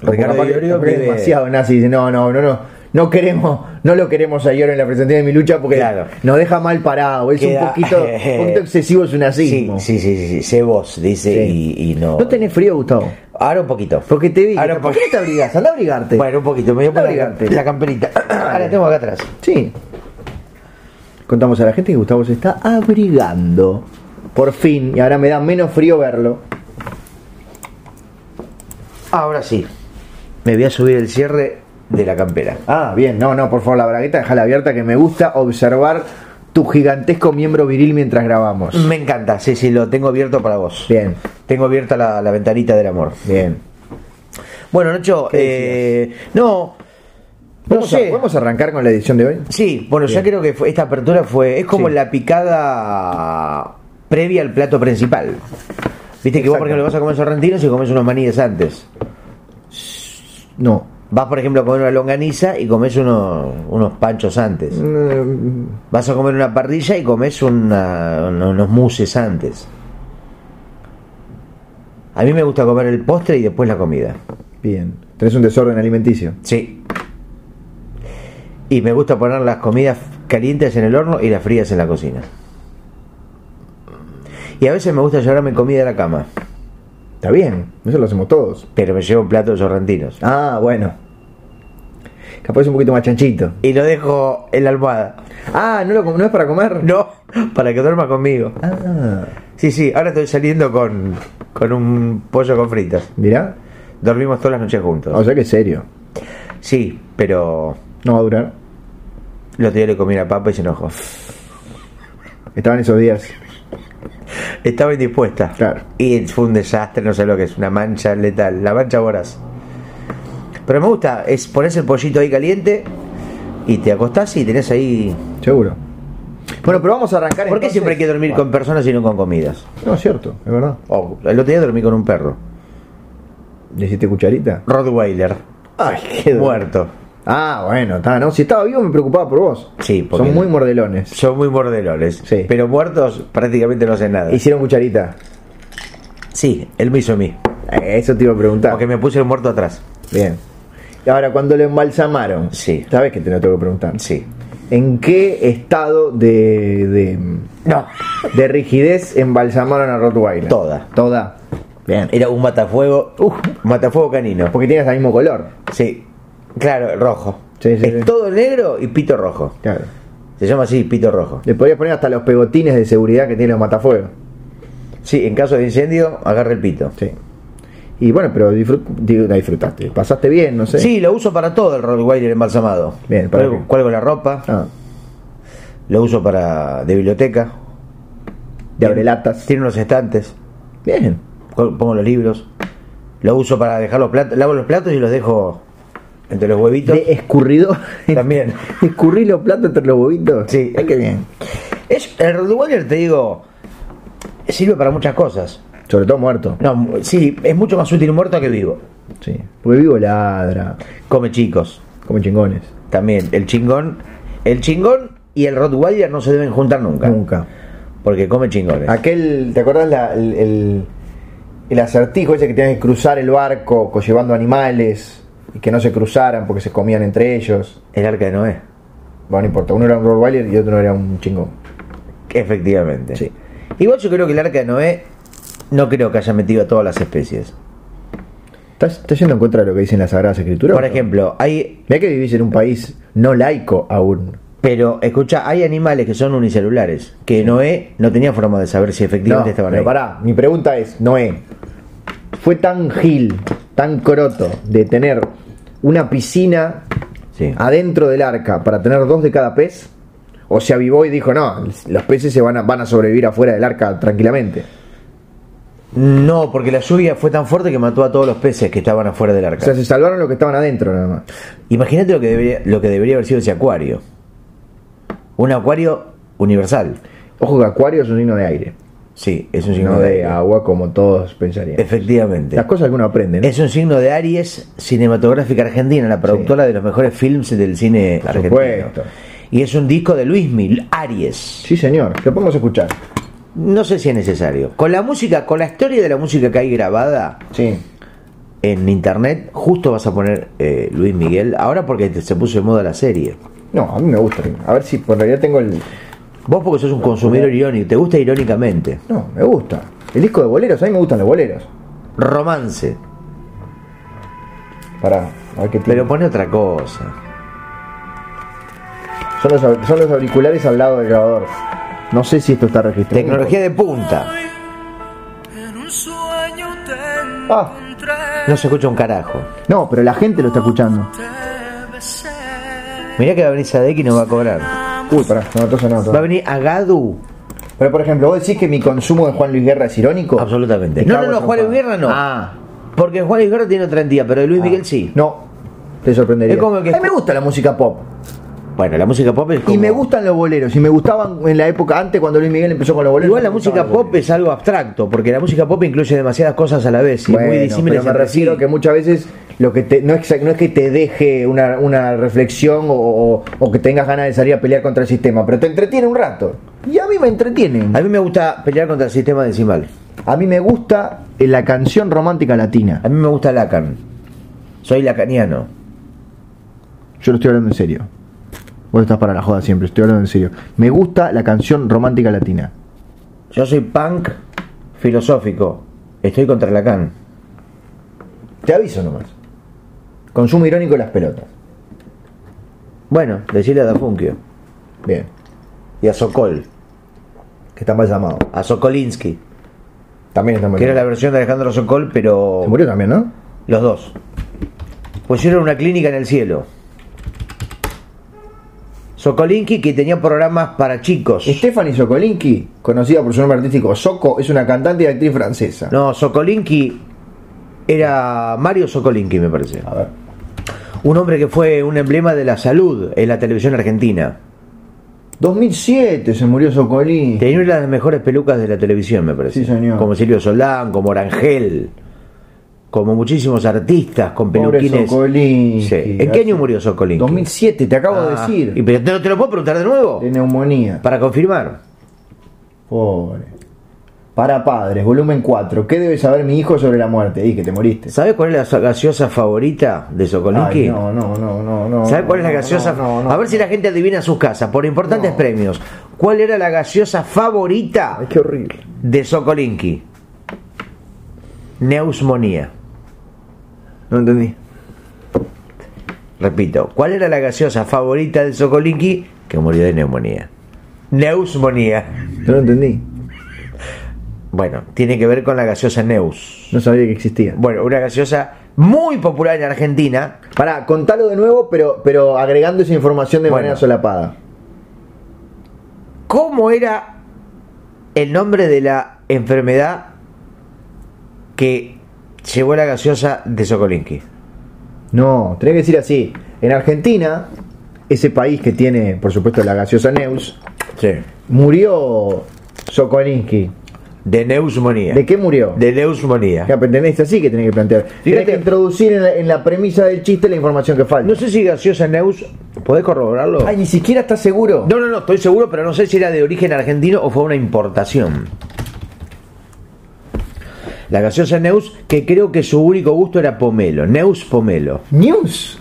Speaker 1: O
Speaker 2: Ricardo
Speaker 1: capaz que-
Speaker 2: Iorio
Speaker 1: capaz que es
Speaker 2: vive-
Speaker 1: demasiado nazi dice, no, no, no, no. No queremos, no lo queremos a Iorio en la presentación de mi lucha porque
Speaker 2: Claro.
Speaker 1: nos deja mal parado. Es
Speaker 2: Queda-
Speaker 1: un
Speaker 2: (laughs)
Speaker 1: poquito, un poquito excesivo su
Speaker 2: Sí,
Speaker 1: nazismo.
Speaker 2: sí, sí, sí, sí, sé vos, dice,
Speaker 1: Sí.
Speaker 2: y, y no.
Speaker 1: No tenés frío, Gustavo.
Speaker 2: Ahora un poquito.
Speaker 1: Porque te vi.
Speaker 2: Ahora
Speaker 1: ¿Por
Speaker 2: porque-
Speaker 1: qué te abrigás? Anda a abrigarte.
Speaker 2: Bueno, un poquito, me dio por la,
Speaker 1: Abrigate.
Speaker 2: la (coughs) camperita. Ahora tengo acá atrás.
Speaker 1: Sí. Contamos a la gente que Gustavo se está abrigando. Por fin. Y ahora me da menos frío verlo.
Speaker 2: Ahora sí. Me voy a subir el cierre de la campera.
Speaker 1: Ah, bien. No, no, por favor, la bragueta déjala abierta que me gusta observar tu gigantesco miembro viril mientras grabamos.
Speaker 2: Me encanta, sí, sí, lo tengo abierto para vos.
Speaker 1: Bien,
Speaker 2: Tengo abierta la, la ventanita del amor.
Speaker 1: bien.
Speaker 2: Bueno, Nacho,
Speaker 1: ¿Qué
Speaker 2: eh, no, no
Speaker 1: ¿Vamos, a-
Speaker 2: sé.
Speaker 1: ¿Vamos a arrancar con la edición de hoy?
Speaker 2: Sí, bueno, ya
Speaker 1: Bien.
Speaker 2: creo que fue- esta apertura fue. Es como
Speaker 1: Sí.
Speaker 2: la picada previa al plato principal. Viste que vos,
Speaker 1: Exacto.
Speaker 2: por ejemplo, vas a comer sorrentinos y comes unos maníes antes.
Speaker 1: No.
Speaker 2: Vas, por ejemplo, a comer una longaniza y comes unos, unos panchos antes.
Speaker 1: Mm,
Speaker 2: Vas a comer una parrilla y comes una- unos muses antes. A mí me gusta comer el postre y después la comida.
Speaker 1: Bien. Tenés un desorden alimenticio.
Speaker 2: Sí. Y me gusta poner las comidas calientes en el horno y las frías en la cocina. Y a veces me gusta llevarme comida a la cama,
Speaker 1: Está bien. Eso lo hacemos todos.
Speaker 2: pero me llevo un plato de sorrentinos.
Speaker 1: Ah, bueno. Capaz es un poquito más chanchito.
Speaker 2: Y lo dejo en la almohada.
Speaker 1: Ah, ¿no, lo, com- no es para comer?
Speaker 2: No, para que duerma conmigo.
Speaker 1: Ah,
Speaker 2: Sí, sí, ahora estoy saliendo con, con un pollo con fritas.
Speaker 1: mirá.
Speaker 2: Dormimos todas las noches
Speaker 1: O
Speaker 2: juntos.
Speaker 1: sea que es serio.
Speaker 2: Sí, pero
Speaker 1: No va a durar.
Speaker 2: los días le comí una papa y se enojó.
Speaker 1: Estaban esos días.
Speaker 2: Estaba indispuesta.
Speaker 1: Claro.
Speaker 2: Y fue un desastre, no sé lo que es, una mancha letal, la mancha voraz. Pero me gusta, es pones el pollito ahí caliente y te acostás y tenés ahí.
Speaker 1: Seguro. Bueno, pero vamos a arrancar
Speaker 2: ¿Por qué
Speaker 1: entonces-
Speaker 2: siempre hay que dormir con personas y no con comidas?
Speaker 1: No, es cierto, es verdad.
Speaker 2: O el otro día dormí con un perro,
Speaker 1: ¿Le hiciste cucharita?
Speaker 2: Rottweiler,
Speaker 1: Ay, qué dolor.
Speaker 2: muerto.
Speaker 1: Ah, bueno, está, no. Si estaba vivo me preocupaba por vos.
Speaker 2: Sí, porque-
Speaker 1: Son muy mordelones.
Speaker 2: Son muy mordelones,
Speaker 1: Sí.
Speaker 2: pero muertos prácticamente no hacen nada.
Speaker 1: Hicieron cucharita.
Speaker 2: Sí, él me hizo a mí,
Speaker 1: Eh, Eso te iba a preguntar.
Speaker 2: porque me puse el muerto atrás.
Speaker 1: Bien. Y ahora, cuando lo embalsamaron,
Speaker 2: Sí.
Speaker 1: sabes que te lo tengo que preguntar.
Speaker 2: Sí.
Speaker 1: ¿En qué estado de, de,
Speaker 2: No.
Speaker 1: de rigidez embalsamaron a Rottweiler?
Speaker 2: Toda.
Speaker 1: Toda. Bien.
Speaker 2: Era un matafuego,
Speaker 1: Uf.
Speaker 2: matafuego canino.
Speaker 1: Porque tiene hasta el mismo color.
Speaker 2: Sí, claro, rojo.
Speaker 1: Sí, sí,
Speaker 2: es
Speaker 1: sí.
Speaker 2: todo negro y pito rojo.
Speaker 1: Claro.
Speaker 2: Se llama así, pito rojo.
Speaker 1: Le podrías poner hasta los pegotines de seguridad que tienen los matafuegos.
Speaker 2: Sí, en caso de incendio, agarra el pito.
Speaker 1: Sí. Y bueno, pero disfrut- digo, la disfrutaste. Pasaste bien, no sé.
Speaker 2: Sí, lo uso para todo el Rottweiler embalsamado.
Speaker 1: Bien, ¿para
Speaker 2: cuelgo,
Speaker 1: qué?
Speaker 2: cuelgo la ropa,
Speaker 1: Ah,
Speaker 2: lo uso para de biblioteca.
Speaker 1: de abre latas.
Speaker 2: Tiene unos estantes,
Speaker 1: Bien.
Speaker 2: cuel- pongo los libros. Lo uso para dejar los platos, lavo los platos y los dejo entre los huevitos.
Speaker 1: De escurridor.
Speaker 2: También.
Speaker 1: (laughs) Escurrí los platos entre los huevitos.
Speaker 2: Sí.
Speaker 1: Ay, qué bien.
Speaker 2: Es, el Rottweiler, te digo, sirve para muchas cosas.
Speaker 1: Sobre todo muerto.
Speaker 2: No, mu- sí, es mucho más útil muerto que vivo.
Speaker 1: Sí. Porque vivo ladra.
Speaker 2: Come chicos.
Speaker 1: Como chingones.
Speaker 2: También, el chingón. El chingón y el Rottweiler no se deben juntar nunca.
Speaker 1: Nunca. Ah.
Speaker 2: Porque come chingones.
Speaker 1: Aquel, ¿te acordás la- el, el- el acertijo ese que tenías que cruzar el barco co- llevando animales y que no se cruzaran porque se comían entre ellos?
Speaker 2: El arca de Noé.
Speaker 1: Bueno, no importa. Uno era un Rottweiler y otro era un chingón.
Speaker 2: Efectivamente.
Speaker 1: Sí.
Speaker 2: Igual yo creo que el arca de Noé no creo que haya metido a todas las especies.
Speaker 1: ¿Estás, estás yendo en contra de lo que dicen las Sagradas Escrituras?
Speaker 2: Por ejemplo, hay.
Speaker 1: Mira que vivís en un país no laico aún.
Speaker 2: Pero, escucha, hay animales que son unicelulares. Que Noé no tenía forma de saber si
Speaker 1: No,
Speaker 2: efectivamente estaban
Speaker 1: pero
Speaker 2: ahí.
Speaker 1: pará, mi pregunta es, Noé, fue tan gil, tan croto de tener una piscina
Speaker 2: Sí.
Speaker 1: adentro del arca para tener dos de cada pez? ¿O se avivó y dijo, no, los peces se van a, van a sobrevivir afuera del arca tranquilamente?
Speaker 2: No, porque la lluvia fue tan fuerte que mató a todos los peces que estaban afuera del
Speaker 1: O
Speaker 2: arca.
Speaker 1: sea, se salvaron los que estaban adentro nada más.
Speaker 2: Imagínate lo que debería, lo que debería haber sido ese acuario. Un acuario universal.
Speaker 1: Ojo que Acuario es un signo de aire,
Speaker 2: Sí, es un signo
Speaker 1: no
Speaker 2: de,
Speaker 1: de
Speaker 2: aire.
Speaker 1: agua como todos pensarían.
Speaker 2: Efectivamente.
Speaker 1: Las cosas que uno aprende, ¿no?
Speaker 2: Es un signo de Aries Cinematográfica Argentina, la productora de los mejores films del cine argentino.
Speaker 1: supuesto.
Speaker 2: Y es un disco de Luismi, Aries.
Speaker 1: Sí, señor, lo podemos escuchar.
Speaker 2: no sé si es necesario. Con la música, con la historia de la música que hay grabada
Speaker 1: Sí.
Speaker 2: en internet, justo vas a poner eh, Luis Miguel, ahora porque te- se puso de moda la serie.
Speaker 1: No, a mí me gusta. A ver si por realidad tengo el.
Speaker 2: Vos porque sos un consumidor irónico, te gusta irónicamente.
Speaker 1: No, me gusta. El disco de boleros, a mí me gustan los boleros.
Speaker 2: Romance,
Speaker 1: Pará, a ver qué tiene.
Speaker 2: pero pone otra cosa.
Speaker 1: Son, los, au- son los auriculares al lado del grabador. No sé si esto está registrado.
Speaker 2: Tecnología de punta.
Speaker 3: En un sueño te
Speaker 1: Ah.
Speaker 3: encontré,
Speaker 2: No se escucha un carajo.
Speaker 1: No, pero la gente lo está escuchando.
Speaker 3: te besé.
Speaker 2: Mirá que va a venir Sadek y nos va a cobrar.
Speaker 1: Uy, pará, no, entonces no.
Speaker 2: Va a
Speaker 1: entonces-
Speaker 2: venir Agadu.
Speaker 1: Pero por ejemplo, ¿vos decís que mi consumo de Juan Luis Guerra es irónico?
Speaker 2: Absolutamente.
Speaker 1: Me
Speaker 2: No,
Speaker 1: cago
Speaker 2: no, no,
Speaker 1: en
Speaker 2: Juan Luis
Speaker 1: trompada.
Speaker 2: Guerra no.
Speaker 1: Ah,
Speaker 2: Porque Juan Luis Guerra tiene otra entidad, pero de Luis Miguel
Speaker 1: ah.
Speaker 2: sí.
Speaker 1: No, te sorprendería.
Speaker 2: Es como que-
Speaker 1: A mí me gusta la música pop.
Speaker 2: Bueno, la música pop es como...
Speaker 1: Y me gustan los boleros. Y me gustaban en la época antes cuando Luis Miguel empezó con los boleros.
Speaker 2: Igual la
Speaker 1: me gustaban
Speaker 2: música
Speaker 1: los boleros.
Speaker 2: pop es algo abstracto, porque la música pop incluye demasiadas cosas a la vez y
Speaker 1: Bueno,
Speaker 2: muy disímiles.
Speaker 1: pero me
Speaker 2: entre
Speaker 1: refiero
Speaker 2: sí.
Speaker 1: que muchas veces lo que te, no, es, no es que te deje una, una reflexión o, o- o que tengas ganas de salir a pelear contra el sistema, pero te entretiene un rato. Y a mí me entretiene.
Speaker 2: A mí me gusta pelear contra el sistema decimal.
Speaker 1: A mí me gusta eh, la canción romántica latina.
Speaker 2: A mí me gusta Lacan. Soy lacaniano.
Speaker 1: Yo lo estoy hablando en serio. Vos estás para la joda siempre, estoy hablando en serio. Me gusta la canción romántica latina.
Speaker 2: Yo soy punk filosófico. Estoy contra Lacan.
Speaker 1: Te aviso nomás. Consumo irónico de las pelotas.
Speaker 2: Bueno, decirle a Dafunkio
Speaker 1: Bien.
Speaker 2: y a Sokol,
Speaker 1: Que está mal llamado.
Speaker 2: a Sokolinsky,
Speaker 1: También está mal
Speaker 2: que era la
Speaker 1: llamado.
Speaker 2: versión de Alejandro Sokol, pero
Speaker 1: Se murió también, ¿no?
Speaker 2: los dos. Pusieron una clínica en el cielo. Sokolinsky que tenía programas para chicos.
Speaker 1: Stephanie Sokolinki, conocida por su nombre artístico Soko, es una cantante y actriz francesa.
Speaker 2: No, Sokolinki era Mario Sokolinki, me parece.
Speaker 1: A ver.
Speaker 2: Un hombre que fue un emblema de la salud en la televisión argentina.
Speaker 1: 2007 se murió Sokolinki.
Speaker 2: Tenía una de las mejores pelucas de la televisión, me parece.
Speaker 1: Sí, señor.
Speaker 2: Como Silvio Solán, como Orangel, como muchísimos artistas con
Speaker 1: Pobre
Speaker 2: peluquines.
Speaker 1: Sokolinki.
Speaker 2: Sí. ¿En qué año murió Sokolinki?
Speaker 1: 2007, te acabo de
Speaker 2: Ah,
Speaker 1: decir.
Speaker 2: y pero te, lo- te lo puedo preguntar de nuevo
Speaker 1: De neumonía.
Speaker 2: para confirmar.
Speaker 1: Pobre. Para padres, volumen 4. ¿Qué debe saber mi hijo sobre la muerte? Y que te moriste.
Speaker 2: ¿Sabes cuál es la gaseosa favorita de Sokolinki?
Speaker 1: Ay, no, no, no, no, no.
Speaker 2: ¿Sabes cuál es la
Speaker 1: no,
Speaker 2: gaseosa?
Speaker 1: No, no, no.
Speaker 2: a ver si la gente adivina sus casas por importantes
Speaker 1: No.
Speaker 2: premios. ¿Cuál era la gaseosa favorita
Speaker 1: Ay, qué horrible.
Speaker 2: de Sokolinki? Neusmonía.
Speaker 1: No entendí.
Speaker 2: Repito, ¿cuál era la gaseosa favorita de Sokolinki que murió de neumonía? Neusmonía.
Speaker 1: No lo entendí.
Speaker 2: Bueno, tiene que ver con la gaseosa Neus.
Speaker 1: No sabía que existía.
Speaker 2: Bueno, una gaseosa muy popular en Argentina.
Speaker 1: Pará, contalo de nuevo, pero, pero agregando esa información de
Speaker 2: Bueno.
Speaker 1: manera solapada.
Speaker 2: ¿Cómo era el nombre de la enfermedad que llevó la gaseosa de Sokolinki?
Speaker 1: No, tenés que decir así. En Argentina, ese país que tiene, por supuesto, la gaseosa Neus,
Speaker 2: Sí.
Speaker 1: murió Sokolinsky.
Speaker 2: De neusmonía.
Speaker 1: ¿De qué murió?
Speaker 2: De neusmonía.
Speaker 1: Ya, pero tenés así que tenés que plantear. Tenés que introducir en la, en la premisa del chiste la información que falta.
Speaker 2: No sé si gaseosa Neus, ¿podés corroborarlo?
Speaker 1: Ay, ni siquiera estás seguro.
Speaker 2: No, no, no, estoy seguro, pero no sé si era de origen argentino o fue una importación. La gaseosa Neus, que creo que su único gusto era pomelo. Neus pomelo.
Speaker 1: News.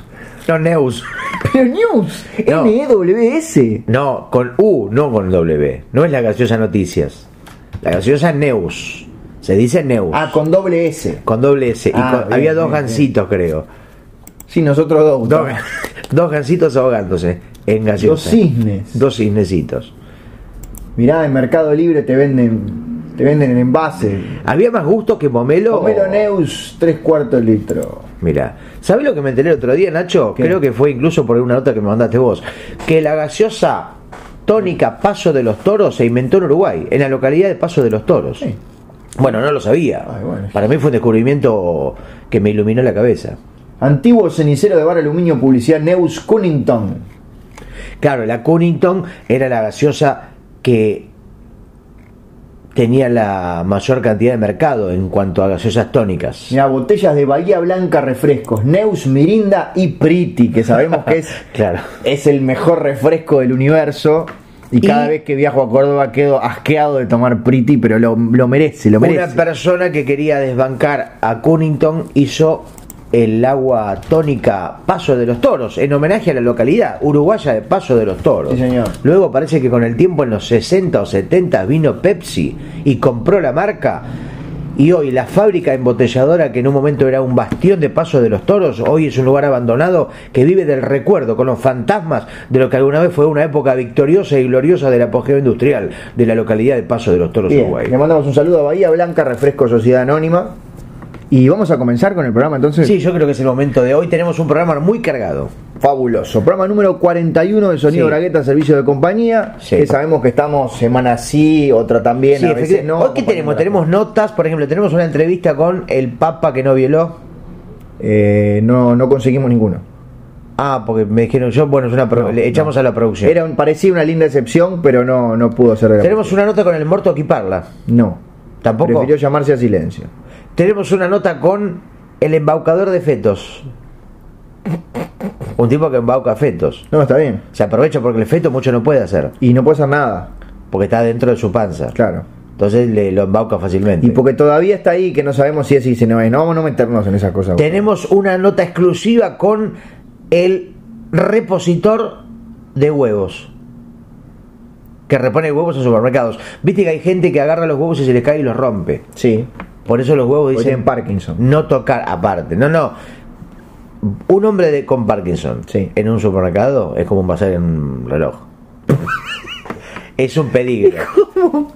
Speaker 2: No, Neus.
Speaker 1: Pero News.
Speaker 2: No.
Speaker 1: N-E-W-S.
Speaker 2: No, con U, no con W. No es la gaseosa Noticias. La gaseosa Neus. Se dice Neus.
Speaker 1: Ah, con doble S.
Speaker 2: con doble S. Y
Speaker 1: Ah,
Speaker 2: con-
Speaker 1: bien,
Speaker 2: había dos
Speaker 1: bien, bien.
Speaker 2: gancitos, creo.
Speaker 1: Sí, nosotros dos.
Speaker 2: Dos, (laughs) dos gancitos ahogándose en gaseosa.
Speaker 1: Dos cisnes.
Speaker 2: Dos cisnecitos.
Speaker 1: Mirá, en Mercado Libre te venden, te venden en envase.
Speaker 2: ¿Había más gusto que pomelo?
Speaker 1: Pomelo Neus, tres cuartos litro.
Speaker 2: Mira, ¿sabés lo que me enteré el otro día, Nacho?
Speaker 1: ¿Qué?
Speaker 2: Creo que fue incluso por una nota que me mandaste vos. Que la gaseosa tónica Paso de los Toros se inventó en Uruguay, en la localidad de Paso de los Toros.
Speaker 1: Sí.
Speaker 2: Bueno, no lo sabía.
Speaker 1: Ay, bueno.
Speaker 2: Para mí fue un descubrimiento que me iluminó la cabeza.
Speaker 1: Antiguo cenicero de bar aluminio, publicidad Neus Cunnington.
Speaker 2: Claro, la Cunnington era la gaseosa que tenía la mayor cantidad de mercado en cuanto a gaseosas tónicas.
Speaker 1: Mirá, botellas de Bahía Blanca refrescos, Neus,
Speaker 2: (laughs)
Speaker 1: Mirinda y Priti, que sabemos que es,
Speaker 2: Claro.
Speaker 1: es el mejor refresco del universo. Y, cada vez que viajo a Córdoba quedo asqueado de tomar Priti, pero lo, lo merece, lo merece.
Speaker 2: Una persona que quería desbancar a Cunnington hizo el agua tónica Paso de los Toros, en homenaje a la localidad uruguaya de Paso de los Toros.
Speaker 1: Sí, señor.
Speaker 2: Luego parece que con el tiempo en los 60 o 70 vino Pepsi y compró la marca. Y hoy la fábrica embotelladora que en un momento era un bastión de Paso de los Toros, hoy es un lugar abandonado que vive del recuerdo, con los fantasmas de lo que alguna vez fue una época victoriosa y gloriosa del apogeo industrial de la localidad de Paso de los Toros,
Speaker 1: Bien,
Speaker 2: Uruguay.
Speaker 1: le mandamos un saludo a Bahía Blanca, Refresco Sociedad Anónima. Y vamos a comenzar con el programa entonces.
Speaker 2: Sí, yo creo que es el momento de hoy. Tenemos un programa muy cargado.
Speaker 1: Fabuloso. Programa número 41 de Sonido
Speaker 2: Sí.
Speaker 1: Bragueta, servicio de compañía.
Speaker 2: Sí.
Speaker 1: Que sabemos que estamos semana sí, otra también,
Speaker 2: Sí,
Speaker 1: a veces
Speaker 2: efectivamente.
Speaker 1: no.
Speaker 2: Hoy que tenemos, tenemos notas, por ejemplo, tenemos una entrevista con el Papa que no violó.
Speaker 1: Eh, no, no conseguimos ninguno.
Speaker 2: Ah, porque me dijeron yo, bueno, es una pro-
Speaker 1: No,
Speaker 2: le echamos a la producción.
Speaker 1: Era un, parecía una linda excepción, pero no, no pudo ser de la
Speaker 2: tenemos una nota con el Morto Quiparla.
Speaker 1: No.
Speaker 2: Tampoco.
Speaker 1: Prefirió llamarse a silencio.
Speaker 2: Tenemos una nota con el embaucador de fetos. Un tipo que embauca fetos.
Speaker 1: No, está bien.
Speaker 2: Se aprovecha porque el feto mucho no puede hacer,
Speaker 1: Y no puede hacer nada.
Speaker 2: porque está dentro de su panza.
Speaker 1: Claro.
Speaker 2: Entonces le lo embauca fácilmente.
Speaker 1: Y porque todavía está ahí, que no sabemos si es y si no es. No vamos a no meternos en esas cosas.
Speaker 2: Tenemos una nota exclusiva con el repositor de huevos. Que repone huevos en supermercados. Viste que hay gente que agarra los huevos y se le cae y los rompe.
Speaker 1: Sí.
Speaker 2: Por eso los huevos
Speaker 1: Hoy
Speaker 2: dicen
Speaker 1: tienen Parkinson.
Speaker 2: no tocar aparte. No, no. Un hombre de, con Parkinson
Speaker 1: Sí.
Speaker 2: en un supermercado es como un bazar en
Speaker 1: (laughs)
Speaker 2: un reloj. es un peligro.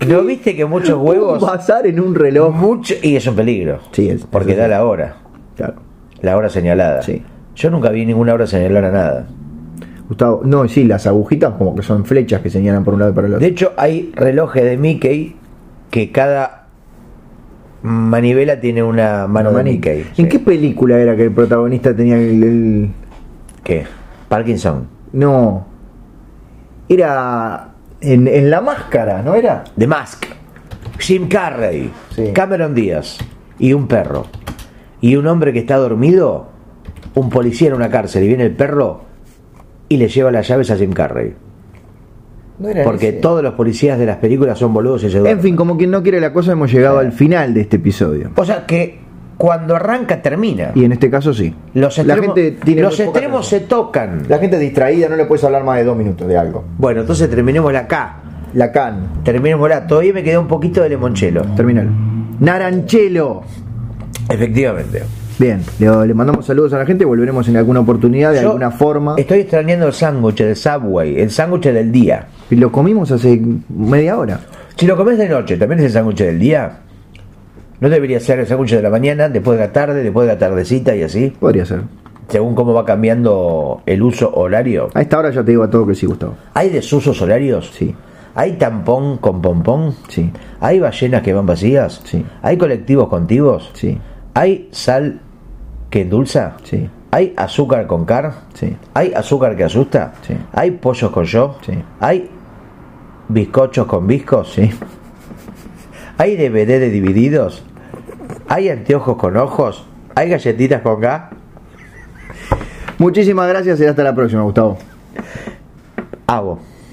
Speaker 2: ¿No viste que muchos huevos...
Speaker 1: Un bazar en un reloj.
Speaker 2: mucho- y es un peligro.
Speaker 1: Sí, es-
Speaker 2: porque
Speaker 1: es-
Speaker 2: da la hora.
Speaker 1: Claro.
Speaker 2: La hora señalada.
Speaker 1: Sí.
Speaker 2: Yo nunca vi ninguna hora señalar a nada.
Speaker 1: Gustavo, no, sí, las agujitas como que son flechas que señalan por un lado y para el otro.
Speaker 2: De hecho, hay relojes de Mickey que cada manivela tiene una mano de
Speaker 1: Manito.
Speaker 2: Mickey.
Speaker 1: ¿En
Speaker 2: Sí.
Speaker 1: qué película era que el protagonista tenía el. el-
Speaker 2: ¿Qué? Parkinson.
Speaker 1: No. Era. En, en la máscara, ¿no era?
Speaker 2: The Mask. Jim Carrey.
Speaker 1: Sí.
Speaker 2: Cameron Díaz. Y un perro. Y un hombre que está dormido. Un policía en una cárcel. Y viene el perro y le lleva las llaves a Jim Carrey.
Speaker 1: No era
Speaker 2: Porque
Speaker 1: ese.
Speaker 2: todos los policías de las películas son boludos y se duermen.
Speaker 1: Eh, En fin, como quien no quiere la cosa, hemos llegado al final de este episodio.
Speaker 2: O sea que cuando arranca termina.
Speaker 1: Y en este caso sí.
Speaker 2: Los
Speaker 1: la
Speaker 2: extremos,
Speaker 1: gente tiene
Speaker 2: los
Speaker 1: muy poca
Speaker 2: extremos se
Speaker 1: atención.
Speaker 2: tocan.
Speaker 1: La gente distraída no le puedes hablar más de dos minutos de algo.
Speaker 2: Bueno, entonces terminémosla acá.
Speaker 1: Lacan.
Speaker 2: Terminémosla. Todavía me quedó un poquito de limonchelo.
Speaker 1: Terminal. Naranchelo.
Speaker 2: Efectivamente.
Speaker 1: Bien, le, le mandamos saludos a la gente, volveremos en alguna oportunidad, de
Speaker 2: Yo
Speaker 1: alguna forma.
Speaker 2: Estoy extrañando el sándwich del Subway, el sándwich del día.
Speaker 1: Y Lo comimos hace media hora.
Speaker 2: Si lo comes de noche, también es el sándwich del día. No debería ser el sándwich de la mañana, después de la tarde, después de la tardecita y así,
Speaker 1: Podría ser.
Speaker 2: según cómo va cambiando el uso horario.
Speaker 1: A esta hora ya te digo a todo que sí, Gustavo.
Speaker 2: ¿Hay desusos horarios?
Speaker 1: Sí.
Speaker 2: ¿Hay tampón con pompón?
Speaker 1: Sí.
Speaker 2: ¿Hay ballenas que van vacías?
Speaker 1: Sí.
Speaker 2: ¿Hay colectivos contivos?
Speaker 1: Sí.
Speaker 2: ¿Hay sal que endulza?
Speaker 1: Sí.
Speaker 2: ¿Hay azúcar con car?
Speaker 1: Sí.
Speaker 2: ¿Hay azúcar que asusta?
Speaker 1: Sí.
Speaker 2: ¿Hay pollos con yo?
Speaker 1: Sí.
Speaker 2: ¿Hay bizcochos con viscos?
Speaker 1: Sí.
Speaker 2: (laughs) ¿Hay DVD de divididos? ¿Hay anteojos con ojos? ¿Hay galletitas con gas?
Speaker 1: Muchísimas gracias y hasta la próxima, Gustavo.
Speaker 2: Hago.